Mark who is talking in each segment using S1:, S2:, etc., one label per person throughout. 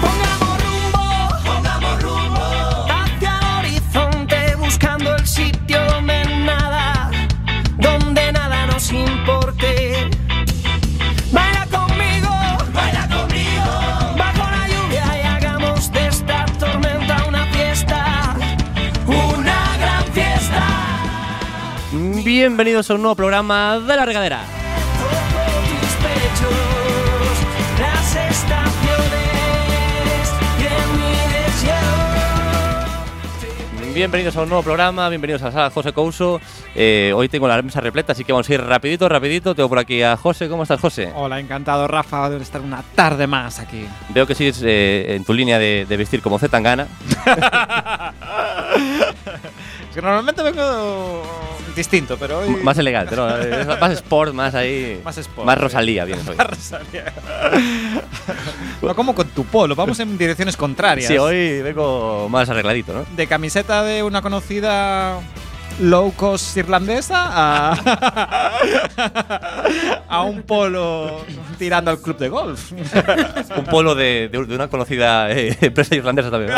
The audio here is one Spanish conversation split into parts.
S1: Pongamos rumbo, pongamos rumbo hacia el horizonte buscando el sitio donde nada, donde nada nos importe. Baila conmigo, baila conmigo bajo la lluvia y hagamos de esta tormenta una fiesta, una gran fiesta.
S2: Bienvenidos a un nuevo programa de La Regadera.
S1: Toco tus pechos, las estaciones y en mi deseo.
S2: Bienvenidos a un nuevo programa, bienvenidos a la sala José Couso. Eh, hoy tengo la mesa repleta, así que vamos a ir rapidito, rapidito. Tengo por aquí a José, ¿cómo estás José?
S3: Hola, encantado Rafa de estar una tarde más aquí.
S2: Veo que sigues eh, en tu línea de, de vestir como Zetangana.
S3: Es que normalmente vengo distinto, pero hoy...
S2: Más elegante, ¿no? Eh, Más sport, más ahí.
S3: Más sport,
S2: Más
S3: sí.
S2: Rosalía vienes hoy.
S3: Rosalía. No como con tu polo, vamos en direcciones contrarias.
S2: Sí, hoy vengo más arregladito, ¿no?
S3: De camiseta de una conocida low cost irlandesa a, a un polo tirando al club de golf.
S2: Un polo de, de- de una conocida eh, empresa irlandesa también.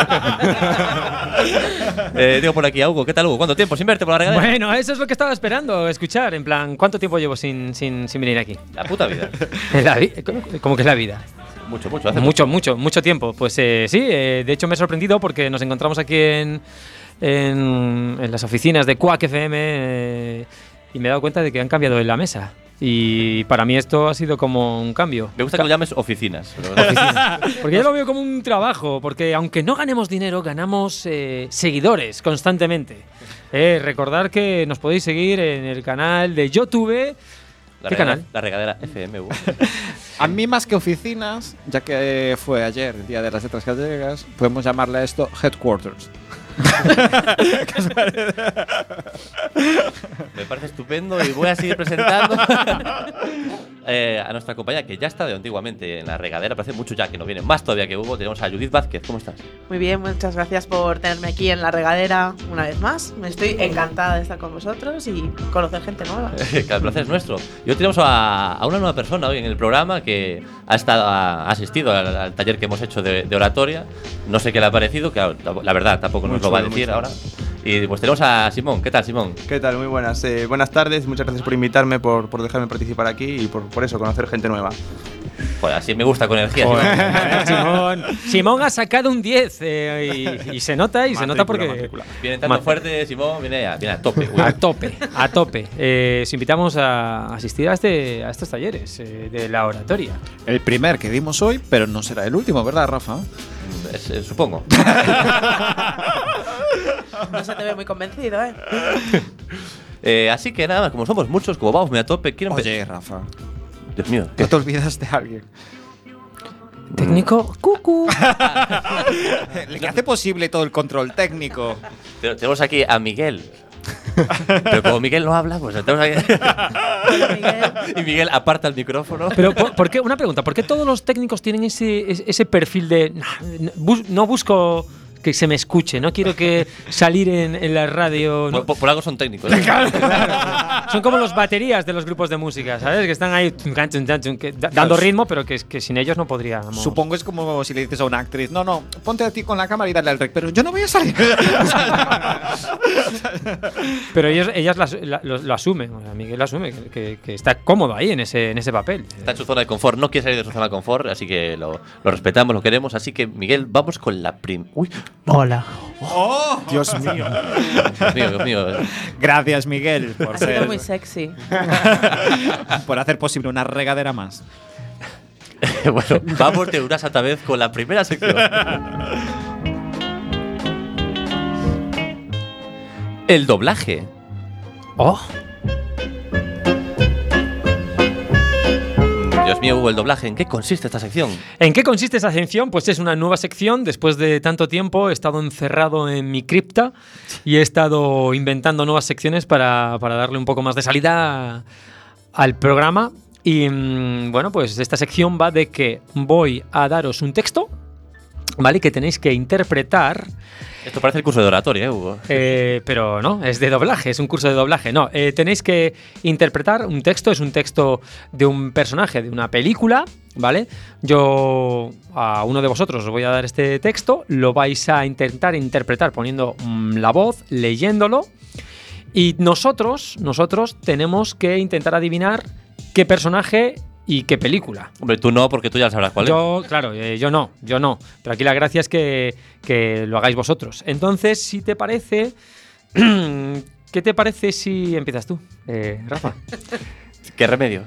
S2: ¿no? Eh, tengo por aquí a Hugo, ¿qué tal Hugo? ¿Cuánto tiempo sin verte por la regadera?
S4: Bueno, eso es lo que estaba esperando escuchar. En plan, ¿cuánto tiempo llevo sin, sin, sin venir aquí?
S2: La puta vida.
S4: La vi- ¿Cómo cómo que es la vida?
S2: Mucho, mucho. Hace
S4: Mucho, mucho, mucho tiempo. Pues eh, sí, eh, de hecho me he sorprendido porque nos encontramos aquí en, en, en las oficinas de Quack FM eh, y me he dado cuenta de que han cambiado la mesa. Y para mí esto ha sido como un cambio.
S2: Me gusta que lo llames oficinas.
S4: Porque yo lo veo como un trabajo, porque aunque no ganemos dinero, ganamos eh, seguidores constantemente. Eh, recordar que nos podéis seguir en el canal de YouTube.
S2: La
S4: ¿Qué
S2: regadera-
S4: canal?
S2: La regadera FMU.
S3: A mí más que oficinas, ya que fue ayer, el Día de las Letras Gallegas, podemos llamarle a esto headquarters.
S2: Me parece estupendo y voy a seguir presentando eh, a nuestra compañera que ya está de antiguamente en la regadera. Parece mucho ya que nos viene más todavía que Hugo. Tenemos a Judith Vázquez. ¿Cómo estás?
S5: Muy bien, muchas gracias por tenerme aquí en la regadera una vez más. Me estoy encantada de estar con vosotros y conocer gente nueva.
S2: que el placer es nuestro. Y hoy tenemos a, a una nueva persona hoy en el programa que ha, estado, ha asistido al, al taller que hemos hecho de, de oratoria. No sé qué le ha parecido, que la la verdad tampoco nos
S6: Muy
S2: lo va a
S6: chulo, muy
S2: decir
S6: chulo.
S2: ahora. Y pues tenemos a Simón. ¿Qué tal, Simón?
S6: ¿Qué tal? Muy buenas. Eh, buenas tardes, muchas gracias por invitarme, por, por dejarme participar aquí y por, por eso, conocer gente nueva.
S2: Joder, así me gusta con energía. Simón.
S4: Simón. Simón ha sacado un 10 eh, y, y se nota, y se nota porque.
S2: Viene tanto
S4: Madre.
S2: fuerte, Simón, viene a, viene a tope. Uy,
S4: A tope, a tope. Eh, os invitamos a asistir a, este, a estos talleres eh, de la oratoria.
S3: El primer que dimos hoy, pero no será el último, ¿verdad, Rafa?
S2: es- es- supongo.
S5: No se te ve muy convencido, ¿eh?
S2: Eh, así que nada más, como somos muchos, como vamos muy a tope, quiero empezar.
S3: Oye, Rafa,
S2: Dios mío.
S3: no te olvidas de alguien.
S4: Técnico, cucu.
S3: El que Eh, hace posible todo el control técnico.
S2: Pero tenemos aquí a Miguel. Pero como Miguel no habla, pues tenemos aquí. y Miguel aparta el micrófono.
S4: Pero, ¿por, por qué? Una pregunta, ¿por qué todos los técnicos tienen ese, es- ese perfil de "Nah, no, bus- no busco que se me escuche, no quiero que salir en, en la radio? no".
S2: Por, por- por algo son técnicos. ¿eh?
S4: Son como los baterías de los grupos de música, ¿sabes? Que están ahí tun, can, tun, tan, tun, que da- dando ritmo, pero que, que sin ellos no podríamos.
S3: Supongo es como si le dices a una actriz, no, no, ponte a ti con la cámara y dale al rec, pero yo no voy a salir.
S4: Pero ellos, ellas las- la- lo, lo asumen, o sea, Miguel lo asume, que, que- que está cómodo ahí en ese, en ese papel.
S2: Está en su zona de confort, no quiere salir de su zona de confort, así que lo, lo respetamos, lo queremos. Así que, Miguel, vamos con la prim. Uy,
S5: Hola.
S3: Dios mío.
S2: Dios mío, Dios mío.
S3: Gracias, Miguel, por,
S5: Ha sido
S3: ser-
S5: muy sexy.
S3: por hacer posible una regadera más.
S2: bueno, vamos de una santa vez con la primera sección. El doblaje.
S4: ¡Oh!
S2: Dios mío, Hugo, el doblaje. ¿En qué consiste esta sección?
S4: ¿En qué consiste esa sección? Pues es una nueva sección. Después de tanto tiempo he estado encerrado en mi cripta y he estado inventando nuevas secciones para, para darle un poco más de salida al programa. Y mm, bueno, pues esta sección va de que voy a daros un texto ¿vale? Que tenéis que interpretar
S2: Esto parece el curso de oratoria, ¿eh, Hugo.
S4: Eh, pero no, es de doblaje, es un curso de doblaje. No, eh, tenéis que interpretar un texto, es un texto de un personaje, de una película, ¿vale? Yo a uno de vosotros os voy a dar este texto, lo vais a intentar interpretar poniendo mm, la voz, leyéndolo, y nosotros, nosotros tenemos que intentar adivinar qué personaje y qué película.
S2: Hombre, tú no, porque tú ya sabrás cuál es.
S4: Yo, claro, eh, yo no, yo no. Pero aquí la gracia es que, que lo hagáis vosotros. Entonces, si te parece. ¿Qué te parece si empiezas tú, eh, Rafa?
S2: ¿Qué remedio?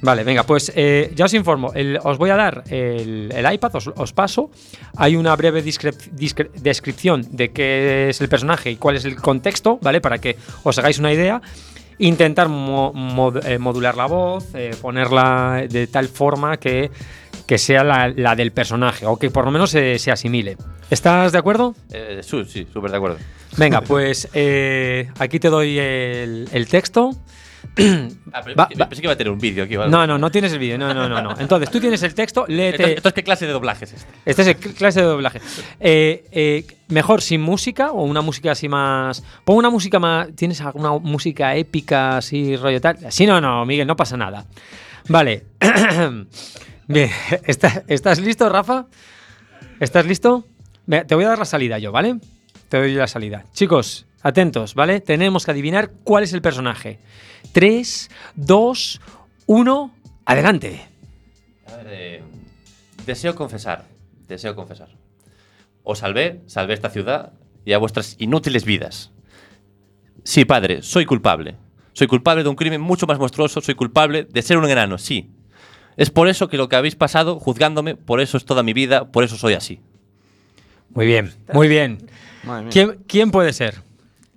S4: Vale, venga, pues eh, ya os informo. el- os voy a dar el, el iPad, os, os paso. Hay una breve discrep- discre- descripción de qué es el personaje y cuál es el contexto, ¿vale? Para que os hagáis una idea. Intentar mo- mod- eh, modular la voz, eh, ponerla de tal forma que, que sea la, la del personaje o que por lo menos se- se asimile. ¿Estás de acuerdo?
S2: Eh, su- sí, súper de acuerdo.
S4: Venga, pues eh, aquí te doy el, el texto.
S2: Ah, pero
S4: Va-
S2: pensé-
S4: va-
S2: pensé que iba a tener un vídeo aquí o algo.
S4: No, este- no, no tienes el vídeo. No, no, no, no. Entonces, tú tienes el texto,
S2: Entonces,
S4: léete.
S2: entonces, ¿qué clase de doblaje es este?
S4: Este es el cl- clase de doblaje. Eh, eh, mejor sin música o una música así más. Pon una música más. ¿Tienes alguna música épica así, rollo tal? Sí, no, no, Miguel, no pasa nada. Vale. Bien, ¿está- ¿estás listo, Rafa? ¿Estás listo? Ve- Te voy a dar la salida yo, ¿vale? Te doy la salida. Chicos, atentos, ¿vale? Tenemos que adivinar cuál es el personaje. 3, 2, 1, adelante.
S2: A ver, eh, deseo confesar, deseo confesar. Os salvé, salvé esta ciudad y a vuestras inútiles vidas. Sí, padre, soy culpable. Soy culpable de un crimen mucho más monstruoso, soy culpable de ser un enano, sí. Es por eso que lo que habéis pasado juzgándome, por eso es toda mi vida, por eso soy así.
S4: Muy bien, muy bien.
S6: Madre mía.
S4: ¿Quién, quién puede ser?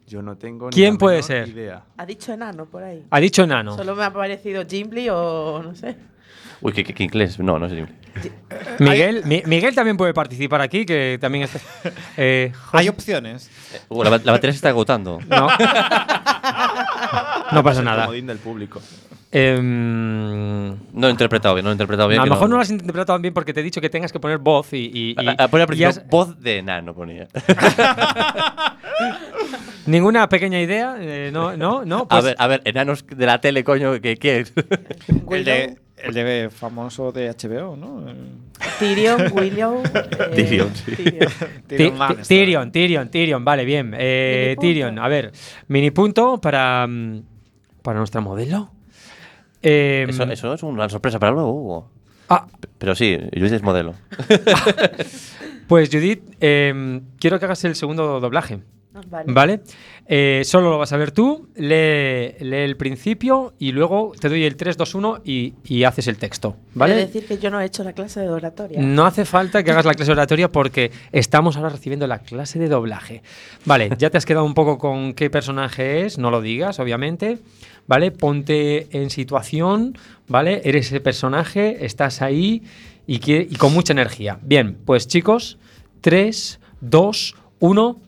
S6: Yo no tengo ni
S4: ¿Quién
S6: la
S4: puede
S6: menor
S4: ser?
S6: idea.
S5: Ha dicho enano por ahí.
S4: Ha dicho enano.
S5: Solo me ha parecido Gimli o no sé.
S2: Uy, qué, qué- qué inglés. No, no sé.
S4: Miguel, Mi- Miguel también puede participar aquí, que también es. Eh,
S7: Hay opciones.
S2: Uh, la, ba- la batería se está agotando.
S4: no. No pasa
S6: El
S4: nada.
S6: comodín del público.
S4: Em,
S2: No he interpretado bien, no he interpretado bien.
S4: a
S2: que
S4: lo mejor no lo has interpretado bien porque te he dicho que tengas que poner voz y. y- y-
S2: A- a- ponía al
S4: y
S2: principio,
S4: has- Pues
S2: voz de enano ponía.
S4: ¿Ninguna pequeña idea? Eh, no, no, no.
S2: a
S4: pues-
S2: ver, a ver, enanos de la tele, coño, que qué es?
S7: El de, el de famoso de HBO, ¿no?
S5: Tyrion, Willow. eh,
S2: Tyrion, sí.
S5: Tyrion.
S4: Ti-
S7: Tyrion
S4: Ti-
S7: Lannister.
S4: Tyrion, Tyrion, Tyrion, vale, bien. Eh,
S5: Minipunto.
S4: Tyrion, a ver, mini punto para, mm, para nuestra modelo. Em,
S2: Eso, eso es una sorpresa para luego, Hugo.
S4: ah,
S2: Pero sí, Luis es modelo.
S4: pues Judith, em, quiero que hagas el segundo doblaje.
S5: Ah, Vale.
S4: Vale. Eh, solo lo vas a ver tú, lee, lee el principio y luego te doy el 3, 2, 1 y, y haces el texto. ¿Vale?
S5: Quiere decir que yo no he hecho la clase de oratoria.
S4: No hace falta que hagas la clase oratoria porque estamos ahora recibiendo la clase de doblaje. Vale, ya te has quedado un poco con qué personaje es, no lo digas, obviamente. Vale, ponte en situación, ¿vale? Eres ese personaje, estás ahí y, quie- y con mucha energía. Bien, pues chicos, 3, 2, 1.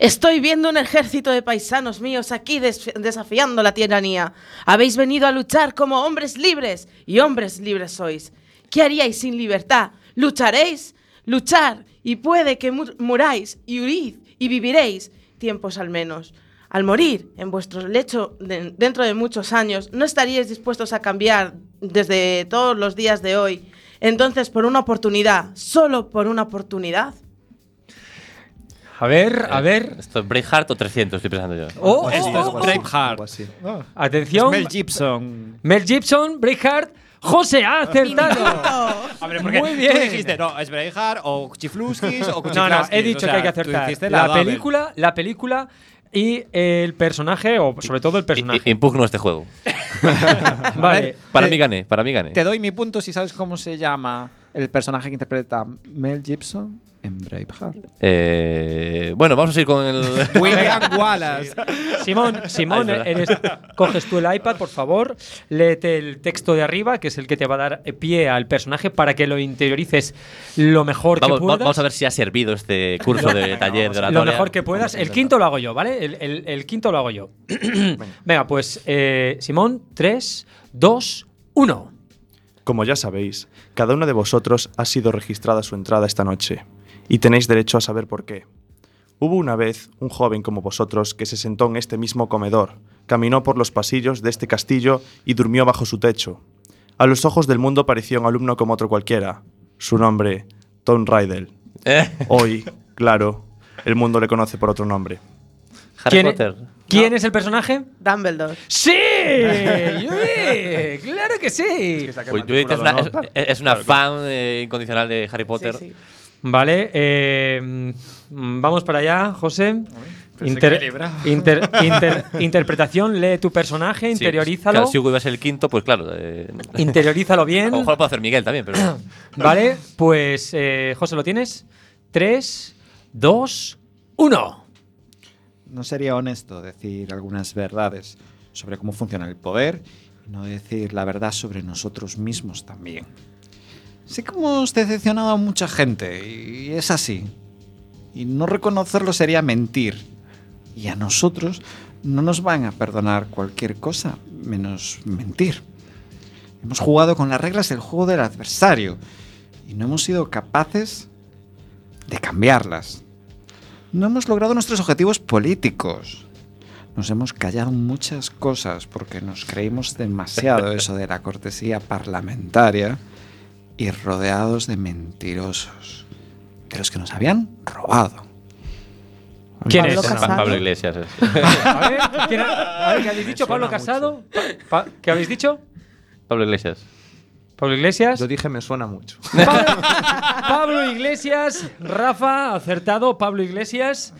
S5: Estoy viendo un ejército de paisanos míos aquí desf- desafiando la tiranía. Habéis venido a luchar como hombres libres y hombres libres sois. ¿Qué haríais sin libertad? ¿Lucharéis? Luchar y puede que mur- muráis y huid y viviréis tiempos al menos. Al morir en vuestro lecho de- dentro de muchos años, no estaríais dispuestos a cambiar desde todos los días de hoy. Entonces, por una oportunidad, solo por una oportunidad.
S4: A ver, a ver.
S2: Esto es Braveheart o 300, estoy pensando yo.
S4: Oh,
S3: pues
S4: oh,
S7: Esto es
S4: oh, oh.
S7: Braveheart.
S6: Algo así.
S7: No.
S4: Atención.
S7: Mel Gibson.
S4: Mel Gibson, Braveheart, José ha acertado.
S7: Hombre, porque
S4: Muy bien.
S7: tú dijiste, no, es Braveheart o Chifluskis o
S4: No, no, he
S7: Kuchiflaskis,
S4: dicho
S7: o sea,
S4: que hay que
S7: tú
S4: acertar.
S7: hiciste
S4: La,
S7: Babel.
S4: película, la película y el personaje, o sobre todo el
S2: I-
S4: personaje.
S2: i- Impugno este juego.
S4: Vale.
S2: Para
S7: Eh,
S2: mí gané, para mí gané.
S7: Te doy mi punto si sabes cómo se llama el personaje que interpreta Mel Gibson en Braveheart.
S2: Eh, bueno, vamos a ir con el.
S7: William Wallace.
S4: Simón, Simón,
S2: Ah, es verdad.
S4: eres- coges tú el iPad, por favor, léete el texto de arriba, que es el que te va a dar pie al personaje para que lo interiorices lo mejor
S2: vamos,
S4: que
S2: va-
S4: puedas.
S2: vamos a ver si ha servido este curso de taller de oratoria.
S4: Lo mejor que puedas. El quinto lo hago yo, ¿vale? El, el- el quinto lo hago yo. Venga, pues eh, Simón, 3, 2, 1.
S6: Como ya sabéis, cada uno de vosotros ha sido registrada su entrada esta noche. y tenéis derecho a saber por qué. Hubo una vez un joven como vosotros que se sentó en este mismo comedor, caminó por los pasillos de este castillo y durmió bajo su techo. A los ojos del mundo parecía un alumno como otro cualquiera. Su nombre, Tom Riddle.
S2: Eh,
S6: Hoy, claro, el mundo le conoce por otro nombre.
S2: Harry
S4: ¿Quién,
S2: Potter.
S4: ¿quién es el personaje?
S5: Dumbledore.
S4: ¡Sí! ¡Yui! ¡Claro que sí!
S2: Uy, Judith es una, es- es una fan eh, incondicional de Harry Potter.
S5: Sí, sí.
S4: Vale, eh, mm, vamos para allá, José.
S7: pensé que me libraba.
S4: inter- inter- interpretación, lee tu personaje,
S2: Sí,
S4: interiorízalo,
S2: claro, si Hugo iba a ser el quinto, pues claro. eh,
S4: interiorízalo bien.
S2: a lo mejor lo puede hacer Miguel también, pero.
S4: Vale, pues eh, José, ¿lo tienes? Tres, dos, uno.
S3: No sería honesto decir algunas verdades sobre cómo funciona el poder y no decir la verdad sobre nosotros mismos también. Sé que hemos decepcionado a mucha gente y es así. Y no reconocerlo sería mentir. Y a nosotros no nos van a perdonar cualquier cosa menos mentir. Hemos jugado con las reglas del juego del adversario y no hemos sido capaces de cambiarlas. No hemos logrado nuestros objetivos políticos. Nos hemos callado muchas cosas porque nos creímos demasiado eso de la cortesía parlamentaria y rodeados de mentirosos, de los que nos habían robado.
S4: ¿Quién
S5: Pablo
S4: es?
S5: Casado.
S2: Pa- Pablo Iglesias. eh.
S4: A ver, ¿quién ha- a ver, ¿qué habéis dicho? ¿Pablo Casado? Pa- pa- ¿Qué habéis dicho?
S2: Pablo Iglesias.
S4: ¿Pablo Iglesias?
S6: Yo dije, me suena mucho.
S4: Pablo, Pablo Iglesias, Rafa, acertado, Pablo Iglesias.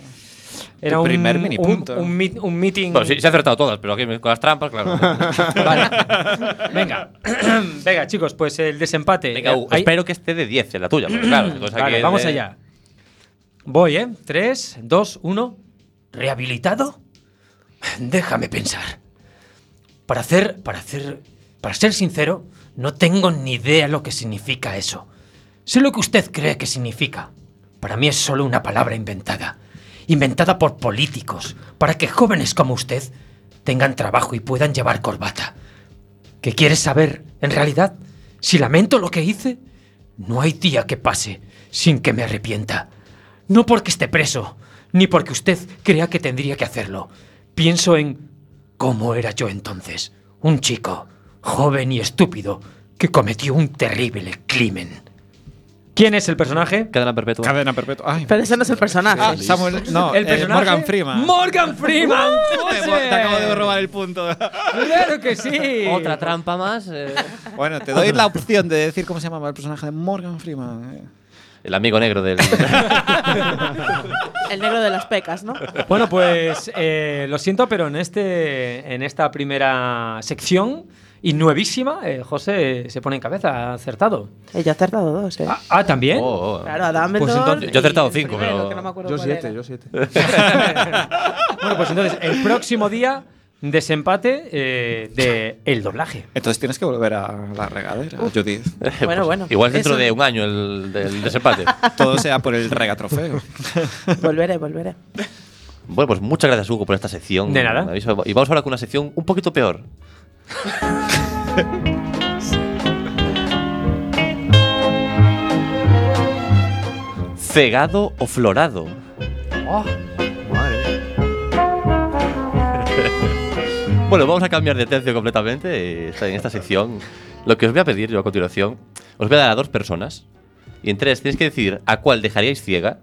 S4: Era
S3: Tu primer
S4: un,
S3: mini
S4: un-
S3: punto.
S4: Un, meet- un meeting.
S2: Bueno, Pues sí, se ha acertado todas, pero aquí con las trampas, claro.
S4: Vale. Venga. Venga, chicos, pues el desempate.
S2: Venga, Hugo,
S4: Ahí-
S2: espero que esté de 10 en la tuya. porque claro, entonces aquí
S4: Vale,
S2: es
S4: vamos
S2: de-
S4: allá. Voy, ¿eh? 3, 2, 1. ¿Rehabilitado? Déjame pensar. Para hacer, para hacer, para ser sincero, no tengo ni idea lo que significa eso. Sé lo que usted cree que significa. Para mí es solo una palabra inventada. Inventada por políticos, para que jóvenes como usted tengan trabajo y puedan llevar corbata. ¿Qué quieres saber, en realidad? Si lamento lo que hice, no hay día que pase sin que me arrepienta. No porque esté preso, ni porque usted crea que tendría que hacerlo. Pienso en cómo era yo entonces, un chico, joven y estúpido, que cometió un terrible crimen. ¿Quién es el personaje?
S2: Cadena perpetua. Ah,
S7: Cadena perpetua. Ay,
S5: Pero ese no es el personaje.
S7: Samuel, no, eh, Morgan Freeman.
S4: Morgan Freeman.
S7: Te, te acabo de robar el punto.
S4: Claro que sí.
S2: Otra trampa más. eh.
S3: Bueno, te doy la opción de decir cómo se llamaba el personaje de Morgan Freeman. eh.
S2: El amigo negro del.
S5: El negro de las pecas, ¿no?
S4: Bueno, pues eh, lo siento, pero en, este, en esta primera sección y nuevísima, eh, José se pone en cabeza, ha acertado.
S5: Eh, Yo he acertado dos, ¿eh?
S4: Ah, ah, también.
S2: Oh, oh.
S5: Claro, a Dumbledore.
S4: Pues entonces-
S5: y
S2: yo he acertado
S5: el
S2: cinco,
S5: primero,
S2: pero-
S5: que no me acuerdo
S6: Yo
S5: cuál
S6: siete,
S5: era.
S6: yo siete.
S4: Bueno, pues entonces el próximo día desempate eh, de el doblaje.
S3: Entonces tienes que volver a la regadera, Judith.
S5: Bueno, bueno.
S2: Pues Igual dentro
S5: Eso.
S2: de un año el del desempate.
S3: Todo sea por el regatrofeo.
S5: Volveré, volveré.
S2: bueno, pues muchas gracias, Hugo, por esta sección.
S4: De nada.
S2: Me aviso. Y vamos ahora con una sección un poquito peor. Cegado o florado. Bueno, vamos a cambiar de tercio completamente eh, esta- en esta sección. Lo que os voy a pedir yo a continuación, os voy a dar a dos personas. Y en tres tenéis que decidir a cuál dejaríais ciega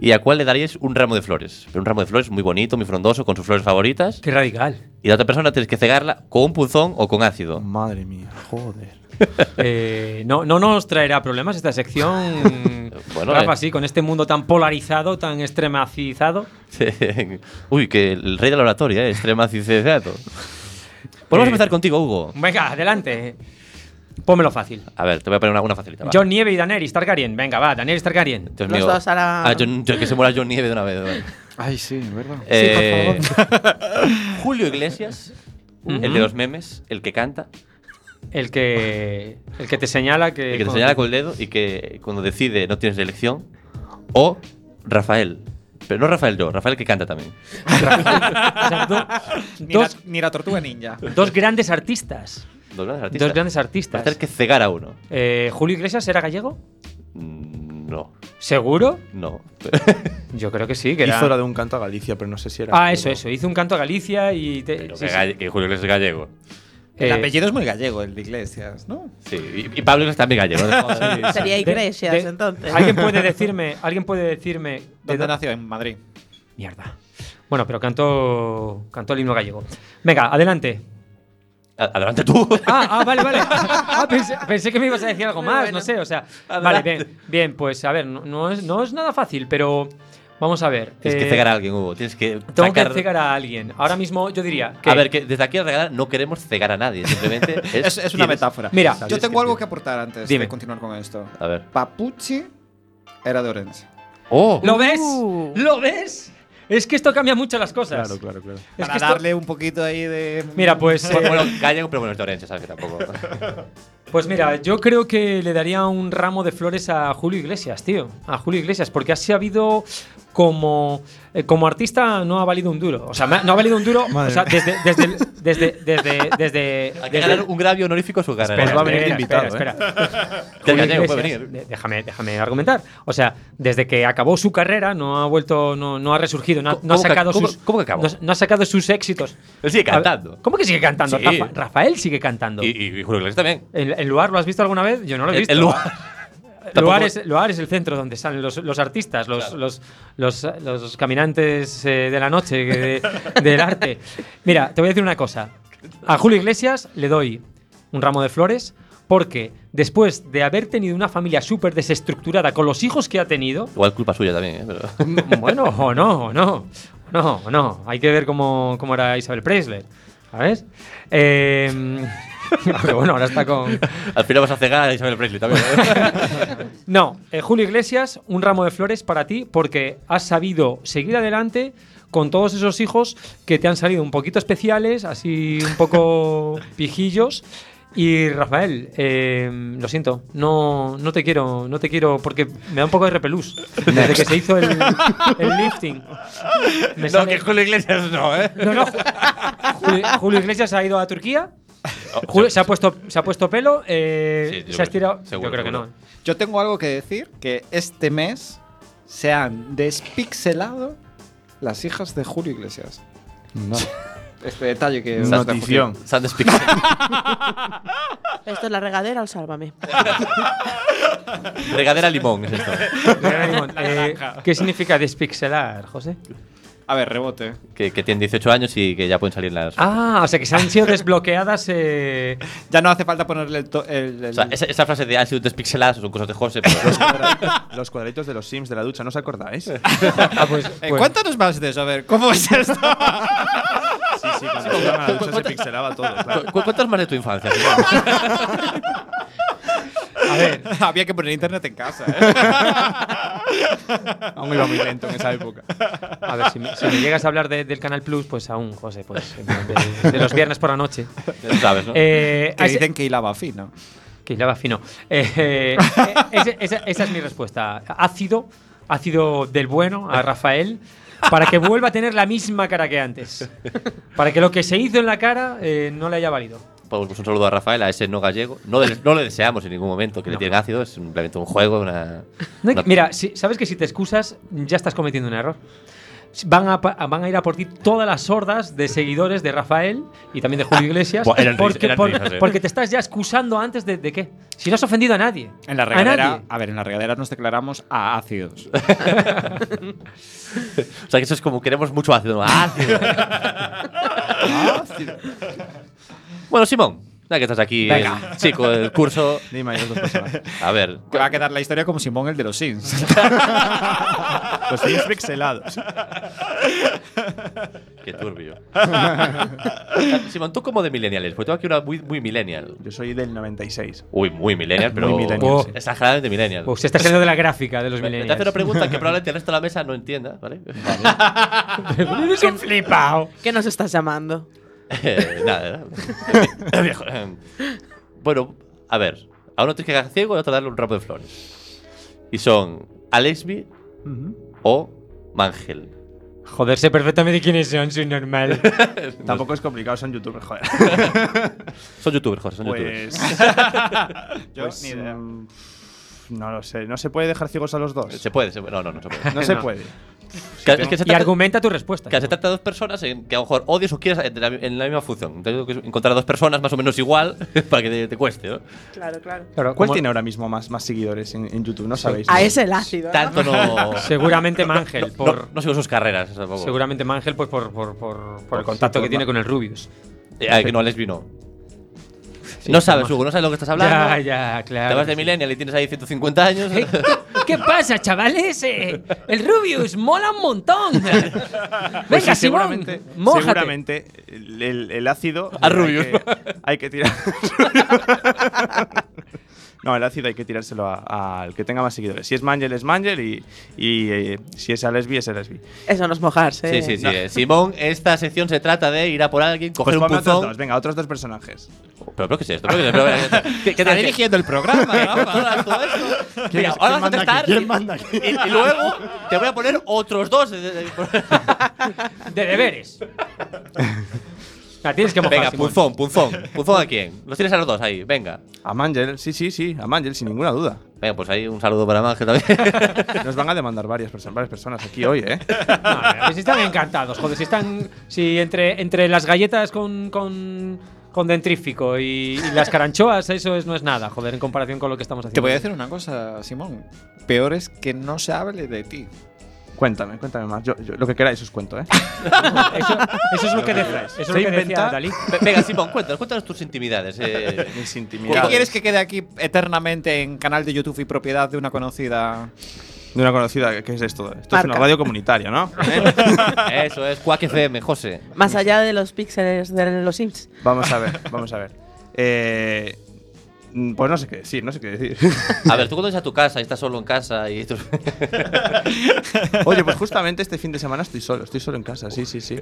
S2: y a cuál le daríais un ramo de flores. Pero un ramo de flores muy bonito, muy frondoso, con sus flores favoritas.
S4: Qué radical.
S2: Y la otra persona tenéis que cegarla con un punzón o con ácido.
S6: Madre mía, joder.
S4: Eh, no, no nos traerá problemas esta sección.
S2: Bueno,
S4: Rafa,
S2: eh.
S4: sí, con este mundo tan polarizado, tan extremacizado.
S2: Uy, que el rey de la oratoria, eh, extrema cicedato. Pues vamos a
S4: Eh.
S2: empezar contigo, Hugo.
S4: Venga, adelante. Pónmelo fácil.
S2: A ver, te voy a poner una, una facilita. va.
S4: John Nieve y Daenerys Targaryen. Venga, va, Daenerys Targaryen.
S2: Dios
S5: Los
S2: mío.
S5: dos ahora-
S2: Ah, John- John- que se muera John Nieve de una vez. vale.
S3: Ay, sí, ¿verdad?
S2: Eh, Julio Iglesias,
S4: Ujú.
S2: el de los memes, el que canta,
S4: El que, el que te señala que.
S2: el que te señala con el dedo y que cuando decide no tienes elección. O Rafael. Pero no Rafael yo, Rafael que canta también.
S4: O sea, do-
S7: Ni la,
S4: dos,
S7: ni la tortuga ninja.
S3: Eh,
S4: dos grandes artistas.
S2: Dos grandes artistas.
S4: Dos grandes artistas.
S2: Vas a tener que cegar a uno.
S4: Eh, Julio Iglesias era gallego.
S2: Mm, No,
S4: ¿Seguro?
S2: no.
S4: Yo creo que sí, que era.
S6: Hizo la de un canto a Galicia, pero no sé si era.
S4: Ah, eso, eso. Hizo un canto a Galicia y. te-
S2: Pero
S4: sí,
S2: que,
S4: sí.
S2: galle- que Julio Iglesias es gallego.
S3: El
S4: Eh,
S3: apellido es muy gallego, el de Iglesias, ¿no?
S2: Sí, y, y Pablo Iglesias también gallego. ¿no?
S5: Sería
S4: de-
S5: Iglesias,
S4: de-
S5: entonces.
S4: ¿Alguien puede decirme, alguien puede decirme de
S3: ¿Dónde
S4: dónde
S3: nació? En Madrid.
S4: Mierda. Bueno, pero cantó, cantó el himno gallego. Venga, adelante.
S2: Ad- Adelante tú.
S4: Ah, ah, vale, vale. Ah, pensé, pensé que me ibas a decir algo
S5: Pero
S4: más,
S5: bueno.
S4: no sé, o sea. Vale,
S2: Adelante.
S4: bien, bien, pues a ver, no, no es, no es nada fácil, pero vamos a ver.
S2: Tienes
S4: eh,
S2: que cegar a alguien, Hugo. Tienes que
S4: Tengo
S2: sacar-
S4: que cegar a alguien. Ahora mismo yo diría que.
S2: A ver, que desde aquí al regalar no queremos cegar a nadie. Simplemente es,
S3: Es, es una
S2: tienes-
S3: metáfora.
S4: Mira,
S3: yo
S2: ¿Sabes
S3: tengo
S2: qué?
S3: algo que aportar antes
S4: Dime.
S3: de continuar con esto.
S2: A ver.
S3: Papucci era de Orense.
S2: ¡Oh!
S4: ¿Lo ves?
S5: Uh.
S4: ¿Lo ves? Es que esto cambia mucho las cosas.
S6: Claro, claro, claro.
S4: Es
S3: Para
S4: que esto-
S3: darle un poquito ahí de.
S4: Mira, pues. eh,
S2: Bueno, gallego, pero bueno, es de Orense, ¿sabes? Que tampoco.
S4: Pues mira, yo creo que le daría un ramo de flores a Julio Iglesias, tío. A Julio Iglesias, porque ha sabido como, eh, como artista no ha valido un duro. O sea, me ha- no ha valido un duro. o sea, desde, desde, el- desde, desde, desde,
S2: Hay que
S4: desde-
S2: ganar un grave honorífico a ¿eh? su carrera.
S6: Espera, va a venir
S4: espera,
S6: invitado,
S4: espera, espera.
S2: Del
S4: Julio
S2: gallego puede
S4: Iglesias,
S2: venir.
S4: de- déjame, déjame argumentar. O sea, desde que acabó su carrera no ha vuelto, no, no ha resurgido, no ha, no ha
S2: ¿Cómo que-
S4: sacado
S2: cómo-
S4: sus,
S2: cómo que acabó?
S4: no- no ha sacado sus éxitos.
S2: Él sigue
S4: A ver,
S2: cantando.
S4: ¿Cómo que sigue cantando?
S2: Sí.
S4: Rafa- Rafael sigue cantando.
S2: Y, y, y Julio Iglesias también. Eh,
S4: ¿El, el lugar lo has visto alguna vez? Yo no lo he
S2: El-
S4: visto.
S2: el lugar.
S4: Luar
S2: Tampoco-
S4: es, Luar es el centro donde salen los, los artistas, los,
S2: Claro.
S4: los, los, los caminantes eh, de la noche, que de- del arte. Mira, te voy a decir una cosa. A Julio Iglesias le doy un ramo de flores porque después de haber tenido una familia súper desestructurada con los hijos que ha tenido,
S2: Igual culpa suya también, ¿eh? Pero...
S4: bueno, o no, o no, o no, o no. Hay que ver cómo, cómo era Isabel Presley, ¿sabes? Eh, aunque bueno, ahora está con,
S2: Al final vas a cegar a Isabel Presley también. ¿eh?
S4: No, eh, Julio Iglesias, un ramo de flores para ti porque has sabido seguir adelante con todos esos hijos que te han salido un poquito especiales, así un poco pijillos. Y Rafael, eh, lo siento, no, no te quiero, no te quiero porque me da un poco de repelús desde que se hizo el, el lifting. Me
S2: no,
S4: sale-
S2: que Julio Iglesias no, ¿eh?
S4: no, no, Ju- Julio, Julio Iglesias ha ido a Turquía. Julio- se, ha puesto, se ha puesto pelo, eh,
S2: Sí, yo creo
S4: se ha
S2: que sí.
S4: estirado.
S2: Seguro,
S4: yo creo
S2: seguro.
S4: que no.
S3: Yo tengo algo que decir: que este mes se han despixelado las hijas de Julio Iglesias. Este detalle que.
S6: Notición.
S2: Sanders Pixel.
S5: ¿Esto es la regadera o sálvame?
S2: Regadera limón es esto.
S4: Mira, Raymond, eh, ¿Qué significa despixelar, José?
S3: A ver, rebote.
S2: Que, que tienen 18 años y que ya pueden salir las...
S4: Ah, o sea que se han sido desbloqueadas. eh,
S3: Ya no hace falta ponerle el. to- el- el-
S2: O sea, esa, esa frase de han sido despixeladas son cosas de José, pero...
S6: Los cuadraditos de los Sims de la ducha, ¿no os acordáis?
S4: ah, pues-
S3: Eh,
S4: pues-
S3: cuéntanos más de eso, a ver, ¿cómo es esto?
S6: Sí, sí, cuando se iban a la ducha se pixelaba todo. claro.
S2: Cu- cu- Cuéntanos más de tu infancia. tío.
S4: a ver,
S3: Había que poner internet en casa, ¿eh?
S6: Aún iba muy lento en esa época.
S4: a ver, si me, si me llegas a hablar de- del Canal Plus, pues aún, José, pues de, de los viernes por la noche.
S2: Ya sabes, ¿no?
S4: Eh,
S3: Que
S4: a ese-
S3: dicen que hilaba fino.
S4: que hilaba fino. Eh, eh, eh, ese- esa, esa es mi respuesta. Ácido, ácido del bueno a Rafael, para que vuelva a tener la misma cara que antes. Para que lo que se hizo en la cara eh, no le haya valido.
S2: Pues un saludo a Rafael, a ese no gallego. No, des- no le deseamos en ningún momento que le tiren ácido, es simplemente un juego, una.
S4: No hay que-
S2: una-
S4: mira, si- sabes que si te excusas, ya estás cometiendo un error. Van a, pa- van a ir a por ti todas las hordas de seguidores de Rafael y también de Julio Iglesias.
S2: Buah, eran risas,
S4: porque,
S2: eran
S4: por-
S2: risas, eh.
S4: porque te estás ya excusando antes de, de qué. Si no has ofendido a nadie.
S3: En la
S4: A
S3: regadera, a,
S4: nadie.
S3: ver, en la regadera nos declaramos a ácidos.
S2: O sea, que eso es como queremos mucho ácido. ¿no? ¡Ácido! bueno, Simón, ya que estás aquí,
S4: Venga.
S2: el chico del curso.
S6: Dime ahí los dos personajes.
S2: A ver,
S3: Que va a quedar la historia como Simón el de los Sims.
S6: Los Sims pixelados.
S2: qué turbio. Simón, tú como de millennials, porque tengo aquí una muy, muy millennial.
S6: Yo soy del 96.
S2: Uy, muy millennial, pero.
S6: Muy millennial,
S4: sí.
S2: Exageradamente millennial.
S4: Uf, Pues se está saliendo de la gráfica de los
S2: Me- Te hace una
S4: millennials.
S2: pregunta que probablemente el resto de la mesa no entienda, ¿vale?
S4: Eres un flipao.
S5: ¿Qué nos estás llamando?
S2: Eh, nada, nada. Viejo. bueno, a ver. A uno tienes que cagar ciego y a otro darle un ramo de flores. Y son Alexby o Mangel.
S4: Joder, sé perfectamente quiénes son, soy normal.
S6: Tampoco es complicado, son youtubers, joder.
S2: Son youtubers, José, son youtubers.
S6: Pues.
S3: Yo ni idea.
S6: mm, No lo sé, no se puede dejar ciegos a los dos.
S2: Se puede, se puede. No, no, no se puede.
S6: No se
S4: No.
S6: puede.
S2: Que- es que se
S4: Y
S2: trata-
S4: argumenta tu respuesta.
S2: Que se trata de dos personas en que a lo mejor odias o quieres en la, en la misma función. Entonces, tengo que encontrar a dos personas más o menos igual para que te, te cueste, ¿no?
S5: Claro, claro.
S4: Claro,
S6: ¿Cuál
S4: como-
S6: tiene ahora mismo más, más seguidores en, en YouTube? No sabéis.
S5: A
S6: ¿no?
S5: ese el ácido. ¿no?
S2: Tanto no.
S4: Seguramente Mangel,
S2: No,
S4: por,
S2: no sigo sus carreras, tampoco.
S4: seguramente Mangel pues por, por, por, por el
S6: sí,
S4: contacto
S6: por
S4: que tiene
S6: ma-
S4: con el Rubius.
S2: Eh, ah, que no, Lesbi no. no sabes, Hugo, no sabes lo que estás hablando.
S4: Ya, ya, claro.
S2: Te vas
S4: que
S2: de
S4: sí.
S2: Millennial y tienes ahí 150 años.
S4: ¿Qué, qué pasa, chavales? Eh, el Rubius mola un montón. Venga,
S6: Pues sí,
S4: Simón,
S6: seguramente,
S4: mójate.
S6: seguramente el, el- el ácido.
S2: A Rubius.
S6: Hay que, hay que tirar. no, el ácido hay que tirárselo a- al que tenga más seguidores. Si es Mangel, es Mangel. Y, y, eh, si es a lesbi, es a lesbi.
S5: Eso no es mojarse.
S2: Sí, sí, sí. eh. Simón, esta sección se trata de ir a por alguien,
S8: Pues
S2: coger un
S6: Pues ponme otros
S2: puzón.
S6: dos, venga, otros dos personajes.
S2: Pero, pero, ¿qué es esto? ¿Pero, pero, pero, ¿qué- qué-
S7: Está
S2: qué-
S7: dirigiendo el programa.
S2: Vamos,
S7: vamos.
S2: ahora todo esto. Mira,
S8: quién
S2: ahora vas a
S8: manda aquí?
S2: contestar
S8: ¿Quién
S2: y-
S8: manda aquí?
S2: Y, y luego te voy a poner otros dos. Eh, de- de- de-
S4: De deberes. La tienes que mojar,
S2: Venga,
S4: Simón.
S2: punzón, punzón. ¿Punzón a quién? Los tienes a los dos ahí, venga.
S6: A Mangel, sí, sí, sí, a Mangel, sin ninguna duda.
S2: Venga, pues ahí un saludo para Mangel también.
S6: Nos van a demandar varias, perso- varias personas aquí hoy, ¿eh?
S4: No, a ver, si están encantados, joder, si están. Si entre, entre las galletas con. con con dentrífico y, y las caranchoas, eso es, no es nada, joder, en comparación con lo que estamos haciendo.
S3: Te voy a decir una cosa, Simón. Peor es que no se hable de ti.
S6: Cuéntame, cuéntame más. Yo, yo- lo que queráis os cuento, ¿eh?
S4: Eso, eso es lo que, de- eso es lo
S6: Se
S4: que decía
S6: inventa-
S4: Dalí.
S2: Ve- venga, Simón, cuéntanos, cuéntanos tus intimidades. eh.
S6: Mis
S3: ¿Qué
S6: intimidades.
S3: quieres que quede aquí eternamente en canal de YouTube y propiedad de una conocida?
S6: De una conocida, ¿qué es esto? Esto es una
S5: Marca.
S6: radio comunitaria, ¿no?
S2: Eso es, Quack FM, José.
S5: Más allá de los píxeles de los Sims.
S6: Vamos a ver, vamos a ver. Eh, mm, pues no sé qué decir, no sé qué decir.
S2: A ver, tú cuando estás a tu casa y estás solo en casa y tú-
S6: Oye, pues justamente este fin de semana estoy solo, estoy solo en casa, sí, sí, sí.